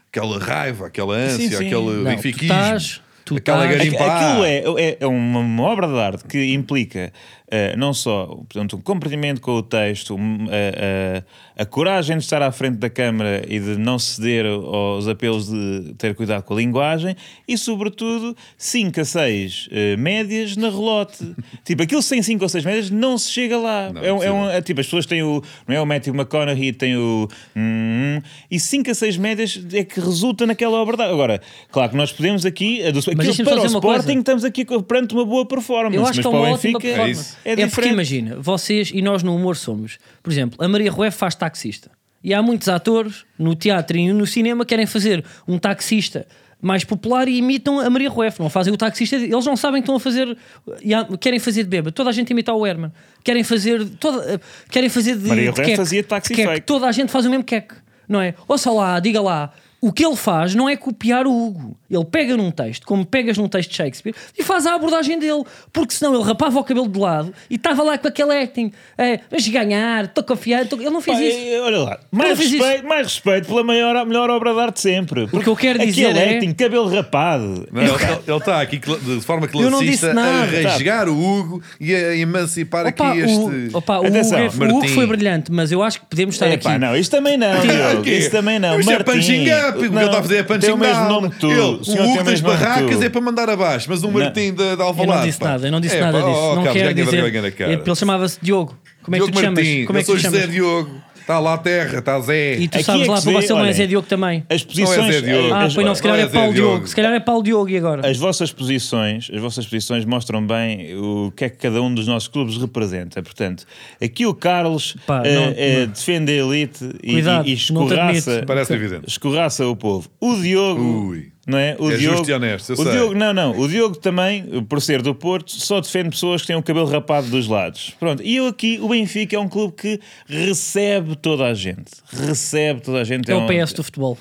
S3: aquela raiva, aquela ânsia,
S4: sim.
S3: aquele
S1: Não,
S3: benfiquismo.
S1: tu estás- tu
S3: aquela
S1: estás-
S3: garimpa.
S4: Aquilo é, é, é uma, uma obra de arte que implica eh, não só portanto, um compreendimento com o texto, um, eh, eh, a coragem de estar à frente da câmara e de não ceder aos apelos de ter cuidado com a linguagem e, sobretudo, 5 a 6 médias na relote. tipo, aquilo sem 5 ou 6 médias não se chega lá.
S3: Não,
S4: é, um- é um-
S3: impossível.
S4: É, tipo, as pessoas têm o. Não é o Matthew McConaughey, tem o. hum, hum, e 5 a 6 médias é que resulta naquela obra. de arte. Agora, claro que nós podemos aqui. A do, aquilo
S1: deixa-me só
S4: para o
S1: dizer uma coisa.
S4: Sporting estamos aqui co- perante uma boa performance.
S1: Eu acho
S4: mas
S1: que é uma
S4: para o
S1: ótima
S4: Benfica
S1: performance.
S4: é,
S1: porque
S4: diferente.
S1: imagina, vocês e nós no humor somos. Por exemplo, a Maria Rué faz taxista. E há muitos atores no teatro e no cinema que querem fazer um taxista mais popular e imitam a Maria Ruef, não fazem o taxista, eles não sabem que estão a fazer, e há- querem fazer de bêbado, toda a gente imita o Herman, querem fazer, toda, eh, querem fazer de,
S4: Maria
S1: de
S4: Rueff
S1: queque,
S4: fazia taxi
S1: de queque.
S4: fake.
S1: toda a gente faz o mesmo queque, não é? Ouça lá, diga lá, o que ele faz não é copiar o Hugo. Ele pega num texto, como pegas num texto de Shakespeare, e faz a abordagem dele. Porque senão ele rapava o cabelo de lado e estava lá com aquele acting. É, vamos ganhar, estou confiante. tô- Ele não fez
S4: Pá,
S1: isso.
S4: eh, Olha lá, mais
S1: fiz isso.
S4: respeito, mais respeito pela maior, a melhor obra de arte de sempre. O
S1: que eu quero dizer é-
S4: acting, cabelo rapado.
S3: Não, ele- ele- ele está aqui cla- de forma
S1: Eu não disse
S3: classista a
S1: nada. tá.
S3: rasgar o Hugo e a emancipar
S1: Opa,
S3: aqui este.
S1: o, opa, o
S4: Atenção,
S1: Hugo, é- o Hugo
S3: Martim.
S1: foi brilhante, mas eu acho que podemos estar
S4: Epá,
S1: aqui.
S4: não, isto também não. Diogo,
S3: Aqui.
S4: Isso também não.
S3: Isto é
S4: Martim,
S3: punching up. O que ele
S4: não,
S3: está a fazer é punching
S4: Tem o mesmo
S3: down.
S4: nome que tu.
S3: Ele,
S4: o senhor
S3: o
S4: tem
S3: Hugo das
S4: mesmo nome que tu.
S3: barracas é para mandar abaixo, mas o Martim da de
S1: Eu
S3: Alvalade.
S1: não disse
S3: pá.
S1: nada, eu não disse
S3: É,
S1: nada
S3: pá,
S1: disso.
S3: oh,
S1: não
S3: Carlos,
S1: quero
S3: ganha vergonha
S1: dizer.
S3: na cara.
S1: Ele chamava-se Diogo. Como é que
S3: Diogo
S1: tu te chamas?
S3: Martim,
S1: Como é que
S3: eu
S1: tu
S3: sou
S1: te
S3: José
S1: chamas?
S3: Diogo. Está lá a terra, está Zé.
S1: E tu
S4: Aqui
S1: sabes
S4: é
S1: lá, a
S4: que se vê,
S1: população não é
S4: olhem,
S1: Zé Diogo também.
S4: As posições.
S3: Zé Diogo.
S1: Ah,
S4: as,
S1: pois não, se calhar
S3: não
S1: é
S3: é Zé
S1: Paulo
S3: Diogo.
S1: Diogo. Se calhar é Paulo Diogo e agora.
S4: as vossas posições, as vossas posições mostram bem o que é que cada um dos nossos clubes representa. Portanto, aqui o Carlos
S1: Pá,
S4: eh,
S1: não-
S4: eh, defende a elite e-
S1: Cuidado,
S4: e, e
S1: não te
S4: escorraça,
S1: admito.
S3: Parece evidente.
S4: escorraça o povo. O Diogo,
S3: Ui.
S4: não é? O
S3: É
S4: Diogo,
S3: justo e honesto, eu
S4: o
S3: sei.
S4: Diogo, não, não. O Diogo também, por ser do Porto, só defende pessoas que têm o cabelo rapado dos lados. Pronto. E eu aqui, o Benfica é um clube que recebe toda a gente. Recebe toda a gente.
S1: É o
S4: um-
S1: PS do futebol.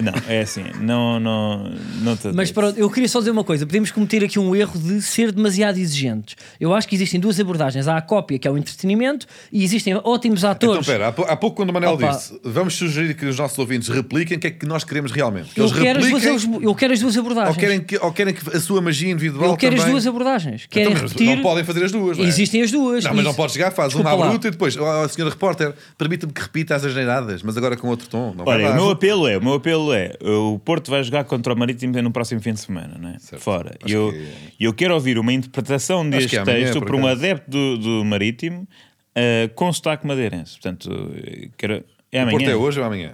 S4: Não, é assim. Não, não, não te
S3: É
S1: Mas
S4: admito.
S1: pronto, eu queria só dizer uma coisa: podemos cometer aqui um erro de ser demasiado exigentes. Eu acho que existem duas abordagens. Há a cópia, que é o entretenimento, e existem ótimos
S3: Então,
S1: atores.
S3: espera, há, pou- há pouco quando o Manel
S1: Opa.
S3: disse, vamos sugerir que os nossos ouvintes repliquem o que é que nós queremos realmente. Que
S1: eu,
S3: eles
S1: quero as duas,
S3: repliquem
S1: eu quero as duas abordagens.
S3: ou, querem que, ou querem que a sua magia individual
S1: eu quero as
S3: também-
S1: duas abordagens.
S3: Então,
S1: Querem
S3: mas
S1: repetir.
S3: Não podem fazer as duas. não é?
S1: Existem as duas.
S3: Não, mas não
S1: Isso.
S3: podes chegar, faz
S1: Desculpa
S3: uma à
S1: lá.
S3: bruta e depois, ó, ó, senhora repórter, permita-me que repita as asneiradas, mas agora com outro tom. Não vai
S4: Olha,
S3: dar.
S4: o meu apelo é, o meu apelo é, o Porto vai jogar contra o Marítimo no próximo fim de semana, não é? Fora. E
S3: Acho
S4: eu,
S3: que- é.
S4: eu quero ouvir uma interpretação deste
S3: que é amanhã,
S4: texto
S3: por
S4: por, um
S3: acaso.
S4: adepto do, do Marítimo eh, com sotaque madeirense. Portanto, eh, quero... É
S3: O
S4: amanhã.
S3: Porto é hoje ou amanhã?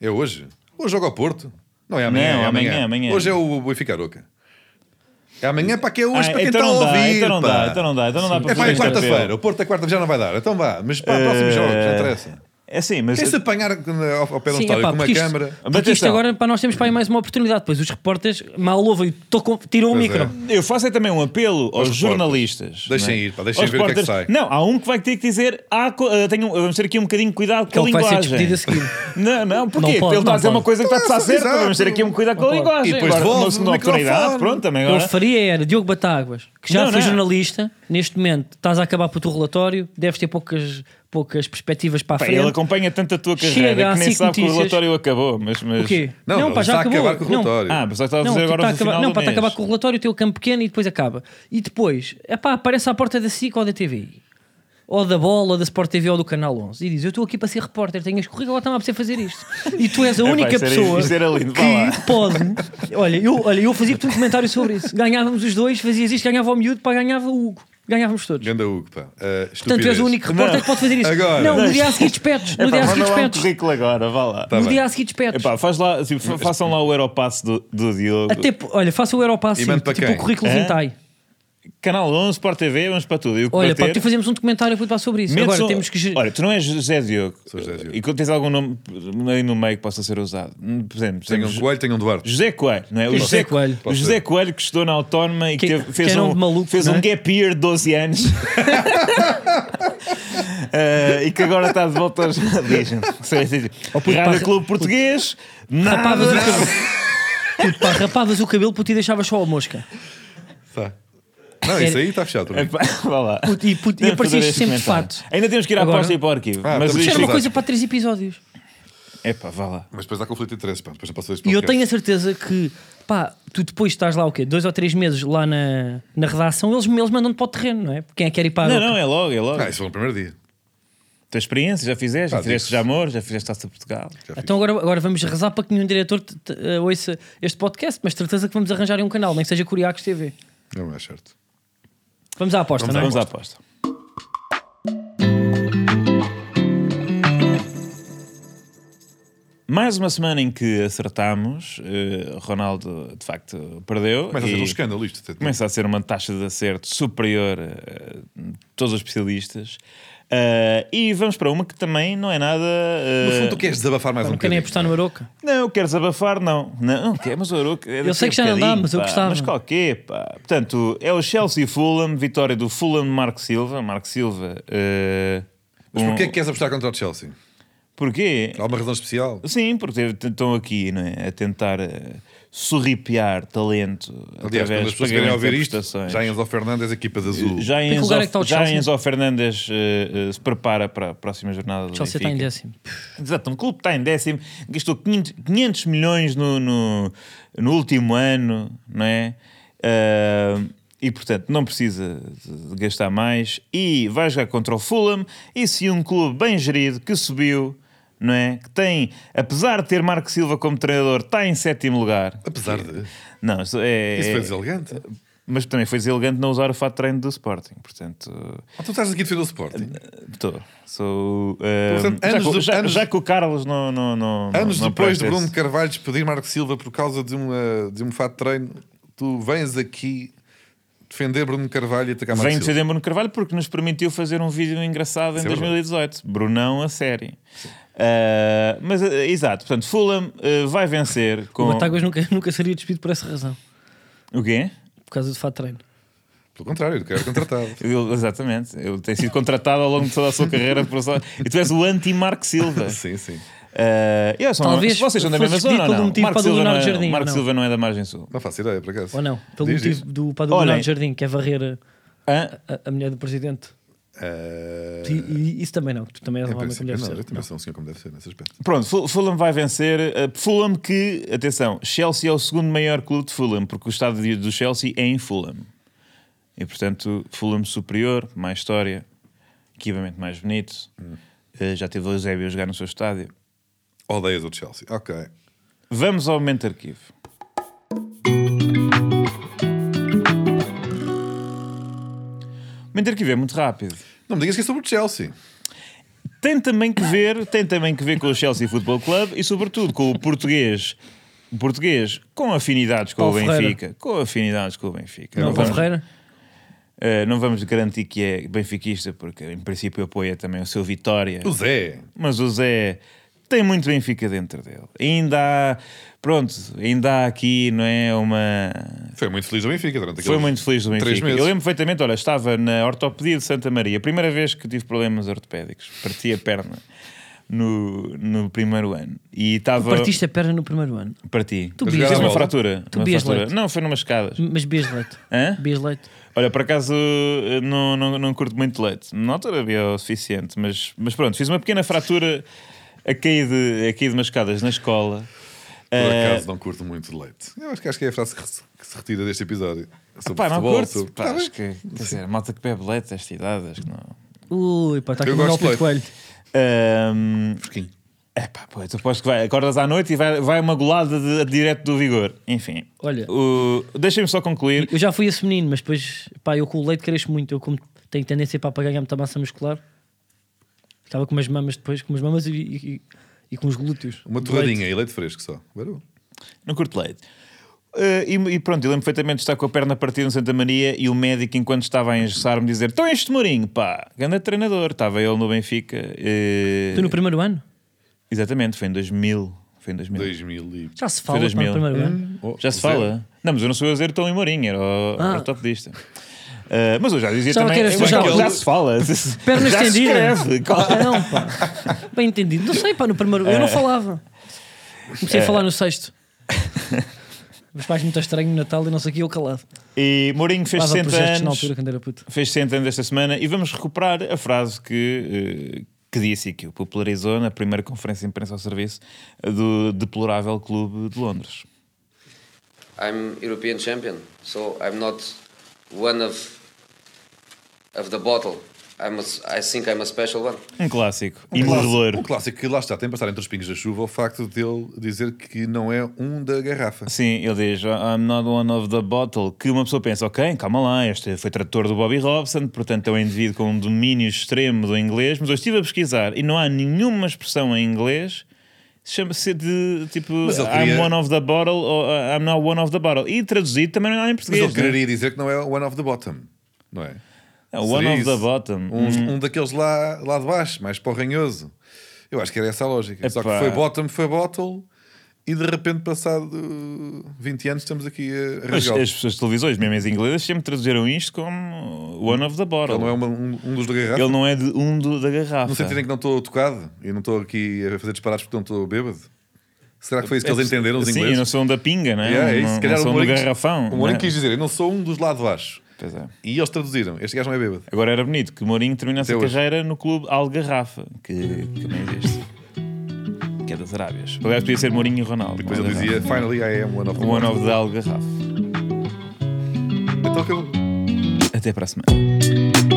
S3: É hoje? Hoje joga ao Porto. Não, é amanhã.
S4: Não,
S3: é amanhã,
S4: amanhã, amanhã.
S3: Hoje é o Benfica Aroca. É amanhã para que é hoje,
S4: Ah,
S3: para quem
S4: então
S3: está a
S4: não dá,
S3: ouvir.
S4: então não
S3: pá.
S4: dá, então não dá, então não dá para
S3: É pá,
S4: fazer
S3: é
S4: este
S3: quarta-feira.
S4: apelo.
S3: O Porto é quarta já não vai dar. Então vá, mas para o próximo jogo, já interessa.
S4: É sim, mas... é
S3: Quem se apanhar eh, ao ao pé de um
S1: Sim,
S3: estádio
S1: epá,
S3: com uma
S1: porque isto-
S3: câmara.
S1: Porque isto
S4: atenção.
S1: agora para nós temos para aí mais uma oportunidade. Pois os repórteres mal ouvem, tô com- tiram o
S3: Pois
S1: micro.
S3: é.
S4: Eu faço é também um apelo aos,
S3: repórteres.
S4: jornalistas.
S3: Deixem
S4: não é?
S3: ir, pá, deixem
S4: Aos
S3: ver o que é que
S4: repórteres.
S3: sai.
S4: Não, há um que vai ter que dizer. "Ah, co- eh, tenho- vamos ter aqui um bocadinho de cuidado com
S1: Que
S4: a
S1: ele vai ser
S4: linguagem.
S1: despedido a seguir.
S4: Não, não, porquê?
S1: Não pode,
S4: Ele está
S1: não
S4: a dizer uma
S1: pode.
S4: coisa que está a
S3: Exato,
S4: certo. Vamos ter aqui um
S3: exato.
S4: cuidado com a
S1: Não pode.
S4: linguagem.
S3: E depois
S4: Agora,
S3: devolve
S4: uma segunda
S3: o microfone.
S4: autoridade. Pronto, também
S1: O que eu
S4: agora.
S1: faria era Diogo Batáguas, que já
S4: Não, é.
S1: foi
S4: não.
S1: jornalista, neste momento estás a acabar para o teu relatório, deves ter poucas, poucas perspectivas para a
S4: Pá,
S1: frente.
S4: ele acompanha tanto a tua
S1: Chega
S4: carreira
S1: à
S4: que nem
S1: SIC
S4: sabe que o
S1: Notícias.
S4: relatório acabou. Mas, mas...
S1: O quê?
S3: Não, não,
S1: pá,
S3: está a acabar com o
S1: Não.
S3: relatório.
S4: Ah, mas só estava a
S1: Não, tu
S4: dizer agora
S1: tá a
S4: no
S1: acabar-
S4: final
S1: não,
S4: do
S1: para
S4: mês.
S1: acabar com o relatório, o teu campo pequeno e depois acaba. E depois, epá, aparece à porta da SIC ou da TV. Ou da bola, ou da Sport TV ou do Canal 11 e diz: Eu estou aqui para ser repórter, tenho as currículo, agora está-me a apetecer fazer isto. E tu és a
S4: Epá,
S1: única
S4: É isso era-
S1: pessoa
S4: isto era lindo, vá lá.
S1: que pode. Olha eu, olha, eu fazia-te um comentário sobre isso. Ganhávamos os dois, fazias isto, ganhava o miúdo, para ganhava o Hugo. Ganhávamos todos.
S3: Ganda Hugo, pá. Eh,
S1: Portanto, tu és
S3: estupidez.
S1: o único repórter que pode fazer isso.
S3: Agora.
S1: Não, no dia a seguir despetes.
S4: Epá,
S1: No dia a seguir
S4: manda lá um
S1: despetes.
S4: currículo agora, vá lá.
S1: No
S3: bem.
S1: dia a seguir despetes.
S4: tá Epá, faz lá, tipo,
S3: Tá.
S4: fa- façam lá o Aeropasse do, do Diogo.
S1: Até, p- olha, faça o Europass
S3: E
S1: assim,
S3: mando para
S1: tipo
S3: quem?
S1: o currículo
S4: Hã?
S1: Vintai.
S4: Canal 11, Sport TV, vamos para tudo. E o que
S1: Olha,
S4: bater-
S1: pá, tu fazemos um documentário puto, pá, sobre isso.
S4: Metes
S1: Agora
S4: um-
S1: temos que. ger-
S4: Olha, tu não és José Diogo.
S3: Sou José Diogo.
S4: E quando tens algum nome aí no meio que possa ser usado. Hum, Por exemplo,
S3: Tenho
S4: temos
S3: um coelho, tenho um Duarte.
S4: José Coelho, não é? O
S1: José
S4: José
S1: Coelho.
S4: O José Coelho que estudou na Autónoma e que,
S1: Que-
S4: teve- fez,
S1: que era um
S4: um,
S1: de maluco,
S4: fez
S1: não
S4: um
S1: é?
S4: gap year de 12 anos Eh, e que agora está de volta aos Diz-me. Sei, sei, sei. Rádio
S1: pá,
S4: Clube Português,
S1: rapavas,
S4: nada.
S1: o cabelo, Ah, puto, pá, rapavas o cabelo puto, e deixavas só a mosca.
S3: Tá. Não, isso aí está fechado. para mim.
S4: Epá, vá lá.
S1: Puto, e puto, e
S4: Temos que fazer
S1: aparecias
S4: este
S1: sempre de
S4: comentário.
S1: fato.
S4: Ainda temos que ir à
S1: Agora-
S4: aposta e para o arquivo.
S3: Ah,
S4: mas
S3: estamos-
S1: Isto
S4: isto
S1: era uma
S3: Exato.
S1: coisa para três episódios.
S4: Epá, vá lá.
S3: Mas depois há conflito de interesse, pá. Depois não posso fazer este
S1: E eu
S3: podcast.
S1: tenho a certeza que, pá, tu depois estás lá o quê? Dois ou três meses lá na, na redação, eles, eles mandam-te para o terreno, não é? Quem é que quer ir para a
S4: Não,
S1: Aroca?
S4: não, é logo, é logo.
S3: Ah, isso foi no primeiro dia.
S4: Tua experiência, já fizeste, já
S3: Ah,
S4: fizeste
S3: digo.
S4: Jamor, já fizeste Taça de Portugal.
S1: Então agora, agora vamos rezar para que nenhum diretor te- te- eh, ouça este podcast, mas certeza que vamos arranjar aí um canal, nem que seja Curiacos TV.
S3: Não é certo.
S1: Vamos à aposta, não é?
S4: Vamos à aposta. Mais uma semana em que acertámos, eh, Ronaldo de facto perdeu.
S3: Começa a ser
S4: e
S3: um escândalo isto. até.
S4: Começa a ser uma taxa de acerto superior a, a todos os especialistas. Ah, e vamos para uma que também não é nada. ah,
S3: No fundo, tu queres desabafar mais um
S1: Não querem
S3: bocadinho.
S1: apostar no Aroca?
S4: Não, eu quero desabafar, não. Não, não quero, mas o Aroca. é daqui
S1: sei que
S4: a
S1: já não dá,
S4: bocadinho,
S1: mas eu
S4: pá.
S1: gostava.
S4: Mas qual que é, pá? Portanto, é o Chelsea Fulham, vitória do Fulham de Marco Silva. Marco Silva. eh,
S3: Mas
S4: um-
S3: porquê é que queres apostar contra o Chelsea?
S4: Porquê?
S3: Há uma razão especial?
S4: Sim, porque teve- estão aqui não é? a tentar eh, sorripiar talento
S3: Aliás, quando as
S4: através de
S3: pessoas querem
S4: pagamento
S3: ouvir
S4: de
S3: isto,
S4: prestações.
S3: já é Enzo Fernandes, equipa de azul.
S4: Já
S1: que
S4: em Enzo,
S1: lugar é que está o
S4: já
S1: Chelsea?
S4: Enzo Fernandes eh, eh, se prepara para a próxima jornada do
S1: Chelsea está em
S4: Benfica.
S1: décimo.
S4: Exato, um clube que está em décimo, gastou 500, 500 milhões no, no, no último ano, não é? Ah, e portanto não precisa de de gastar mais e vai jogar contra o Fulham. E se um clube bem gerido que subiu, não é? Que tem, apesar de ter Marco Silva como treinador, está em sétimo lugar.
S3: Apesar de.
S4: Não, isso é.
S3: Isso foi
S4: é-
S3: deselegante.
S4: Mas também foi deselegante não usar o fato de treino do Sporting, portanto.
S3: Ah, tu estás aqui a defender o Sporting.
S4: Estou. Sou. eh,
S3: Portanto,
S4: já,
S3: anos
S4: que,
S3: de-
S4: já-
S3: anos-
S4: já que o Carlos não. não, não
S3: Anos
S4: não
S3: depois de
S4: presta
S3: Bruno
S4: esse-
S3: Carvalho despedir Marco Silva por causa de, uma, de um fato de treino, tu vens aqui defender Bruno Carvalho e atacar Marco
S4: Venho
S3: Silva.
S4: defender Bruno Carvalho porque nos permitiu fazer um vídeo engraçado em
S3: Isso é verdade.
S4: 2018. Brunão a série. Ah, mas, ah, exato, portanto, Fulham ah, vai vencer com.
S1: O Batáguas nunca, nunca seria despido por essa razão,
S4: O quê?
S1: por causa do fato de treino.
S3: Pelo contrário, eu quero contratado.
S4: Ele- exatamente. Ele tem sido contratado ao longo de toda a sua carreira. Por... só- E tu és o anti-Marco Silva.
S3: sim, sim.
S4: Ah, eu sou-
S1: Talvez
S4: vocês são da
S1: fosse
S4: mesma zona
S1: pedido
S4: ou
S1: por um
S4: não?
S1: motivo
S4: Marco
S1: para
S4: Silva não,
S1: dominar
S4: é,
S1: o jardim,
S4: Marco
S1: não?
S4: Silva não é da margem sul.
S3: Não faço ideia, por acaso.
S1: Ou não? Pelo
S3: Diz
S1: motivo
S3: isso.
S1: do Padre Leonardo
S4: Olhem.
S1: Jardim, que é varrer
S4: Hã?
S1: a, a- a mulher do presidente.
S3: Ah,
S1: E, e isso também não, que tu também és
S3: em
S1: um homem como
S3: é princípio,
S1: deve
S3: não, eu
S1: ser.
S3: também sou um senhor como deve ser nesse aspecto.
S4: Pronto, Ful- Fulham vai vencer. Uh, Fulham que, atenção, Chelsea é o segundo maior clube de Fulham, porque o estádio do Chelsea é em Fulham. E portanto, Fulham superior, mais história, equipamento mais bonito. Uh, já teve o Eusébio a jogar no seu estádio.
S3: Odeias o Chelsea. Ok.
S4: Vamos ao momento arquivo. O momento arquivo é muito rápido.
S3: Não me digas que é sobre o Chelsea.
S4: tem também que ver, tem também que ver com o Chelsea Football Club e sobretudo com o português. O português com afinidades com
S1: Paulo
S4: o
S1: Ferreira.
S4: Benfica, com afinidades com o Benfica.
S1: Não, Paulo
S4: vamos,
S1: Ferreira?
S4: eh, não vamos garantir que é benfiquista porque em princípio apoia também o seu Vitória.
S3: O Zé.
S4: Mas o Zé tem muito Benfica dentro dele. Ainda há, pronto, ainda há aqui, não é, uma
S3: Foi muito feliz o Benfica durante aqueles
S4: foi muito feliz do
S3: Três
S4: Benfica.
S3: meses.
S4: Eu lembro perfeitamente, olha, estava na ortopedia de Santa Maria, primeira vez que tive problemas ortopédicos, parti a perna no, no primeiro ano. E estava.
S1: Partiste a perna no primeiro ano.
S4: Parti.
S1: Tu
S4: Mas
S1: bias
S4: fiz uma
S3: leite.
S4: fratura.
S1: Tu
S4: uma
S1: bias
S4: fratura.
S1: leite.
S4: Não, foi numas escadas.
S1: Mas beijo leite.
S4: Hã?
S1: Beijo leite.
S4: Olha, por acaso eh, não, não, não curto muito leite. Na altura havia o suficiente, mas, mas pronto, fiz uma pequena fratura a cair de, a cair de umas escadas na escola.
S3: Por
S4: Eh,
S3: acaso não curto muito de leite. Eu acho que, acho que é a frase que, se- que se retira deste episódio. Sobre
S4: Pá, não
S3: futebol,
S4: curto.
S3: sobre-
S4: Pá,
S3: Tá bem.
S4: acho que, quer dizer, malta que bebe leite, esta idade, acho que não.
S1: Ui, pá, está aqui
S3: Eu
S1: um
S3: gosto de
S1: golpe de coelho.
S3: leite.
S4: Ahm,
S3: Fresquinho.
S4: É pá, pô, tu aposto que vai, acordas à noite e vai, vai uma golada de, direto do vigor. Enfim,
S1: Olha.
S4: o- deixem-me só concluir.
S1: Eu já fui esse menino, mas depois, pá, eu com o leite cresço muito. Eu como tenho tendência para apagar muita massa muscular, ficava com umas mamas depois, com umas mamas e, e- e com os glúteos.
S3: Uma
S1: De
S3: torradinha e leite fresco só. Era bom.
S4: Não curto leite. Eh, e, e pronto, eu lembro perfeitamente de estar com a perna partida no Santa Maria e o médico, enquanto estava a engessar-me, dizer: Então este Mourinho, pá, grande treinador. Estava ele no Benfica. eh,
S1: leite. Tu no primeiro ano?
S4: Exatamente, foi em 2000. Foi em 2000.
S3: 2000 e...
S1: Já se fala pá, no
S4: 2000.
S1: primeiro ano.
S3: Oh,
S4: Já se
S3: o Zé.
S4: fala? Não, mas eu não sou eu a dizer Tom e Mourinho, era o
S1: Ah.
S4: ortopedista. Eh, mas eu já dizia
S1: Sabe
S4: também.
S1: que era
S4: eu acho
S1: sujar
S4: que
S1: o-
S4: já se fala.
S1: Perna
S4: já se
S1: estendida.
S4: escreve. Qual-
S1: Ah, não, pá. Bem entendido. Não sei, pá, no primeiro. Eu não falava. Comecei a falar no sexto. Meus pais muito estranho no Natal e não sei o que, eu calado.
S4: E Mourinho fez
S1: Dava por
S4: 60
S1: gestos um na
S4: anos.
S1: altura quando era puto.
S4: Fez 60 anos esta semana e vamos recuperar a frase que, eh, que disse e que o popularizou na primeira conferência de imprensa ao serviço do deplorável clube de Londres.
S7: I'm European champion, so I'm not one of of the bottle. I'm a, s- I think I'm a special one.
S4: Um clássico.
S3: Um clássico,
S4: Imorredor.
S3: um clássico que lá está, tem de passar entre os pingos da chuva o facto de ele dizer que não é um da garrafa.
S4: Sim, ele diz I'm not one of the bottle. Que uma pessoa pensa, ok, calma lá, este foi tradutor do Bobby Robson, portanto é um indivíduo com um domínio extremo do inglês. Mas eu estive a pesquisar e não há nenhuma expressão em inglês que chama-se de tipo
S3: ele
S4: I'm
S3: queria-
S4: one of the bottle ou uh, I'm not one of the bottle. E traduzido também não há em
S3: Mas
S4: português.
S3: ele
S4: né?
S3: quereria dizer que não é one of the bottom, não é?
S4: Ah, One
S3: Seria
S4: of the
S3: isso.
S4: bottom. hum.
S3: Um, um daqueles lá, lá de baixo, mais porranhoso. Eu acho que era essa a lógica. Só que
S4: Epá.
S3: foi bottom, foi bottle, e de repente, passado uh, 20 anos, estamos aqui a
S4: Mas
S3: rasgar.
S4: as pessoas de televisões, mesmo as inglesas, sempre traduziram isto como One of the Bottle.
S3: Ele não é uma- um, um dos da garrafa.
S4: Ele não é de um do- da garrafa.
S3: No sentido em que não estou tocado e não estou aqui a fazer disparados porque não estou bêbado. Será que foi isso que eles entenderam, os
S4: É, Sim,
S3: ingleses?
S4: e não são da pinga, não é?
S3: Yeah, é isso.
S4: não,
S3: Se calhar
S4: não
S3: o
S4: são do
S3: Mourinho-
S4: garrafão.
S3: O
S4: não
S3: Mourinho
S4: é?
S3: quis dizer, eu não sou um dos lá de baixo.
S4: Pois é.
S3: E eles traduziram, este gajo não é bêbado.
S4: Agora era bonito que Mourinho terminasse
S3: Até
S4: a
S3: hoje.
S4: carreira no clube Algarrafa, que, que nem existe. Que é das Arábias. Aliás, podia ser Mourinho e Ronaldo.
S3: Depois
S4: não
S3: ele
S4: era?
S3: dizia, finally I am one of the
S4: One of the Algarrafa.
S3: Então acabou.
S4: Até para a semana.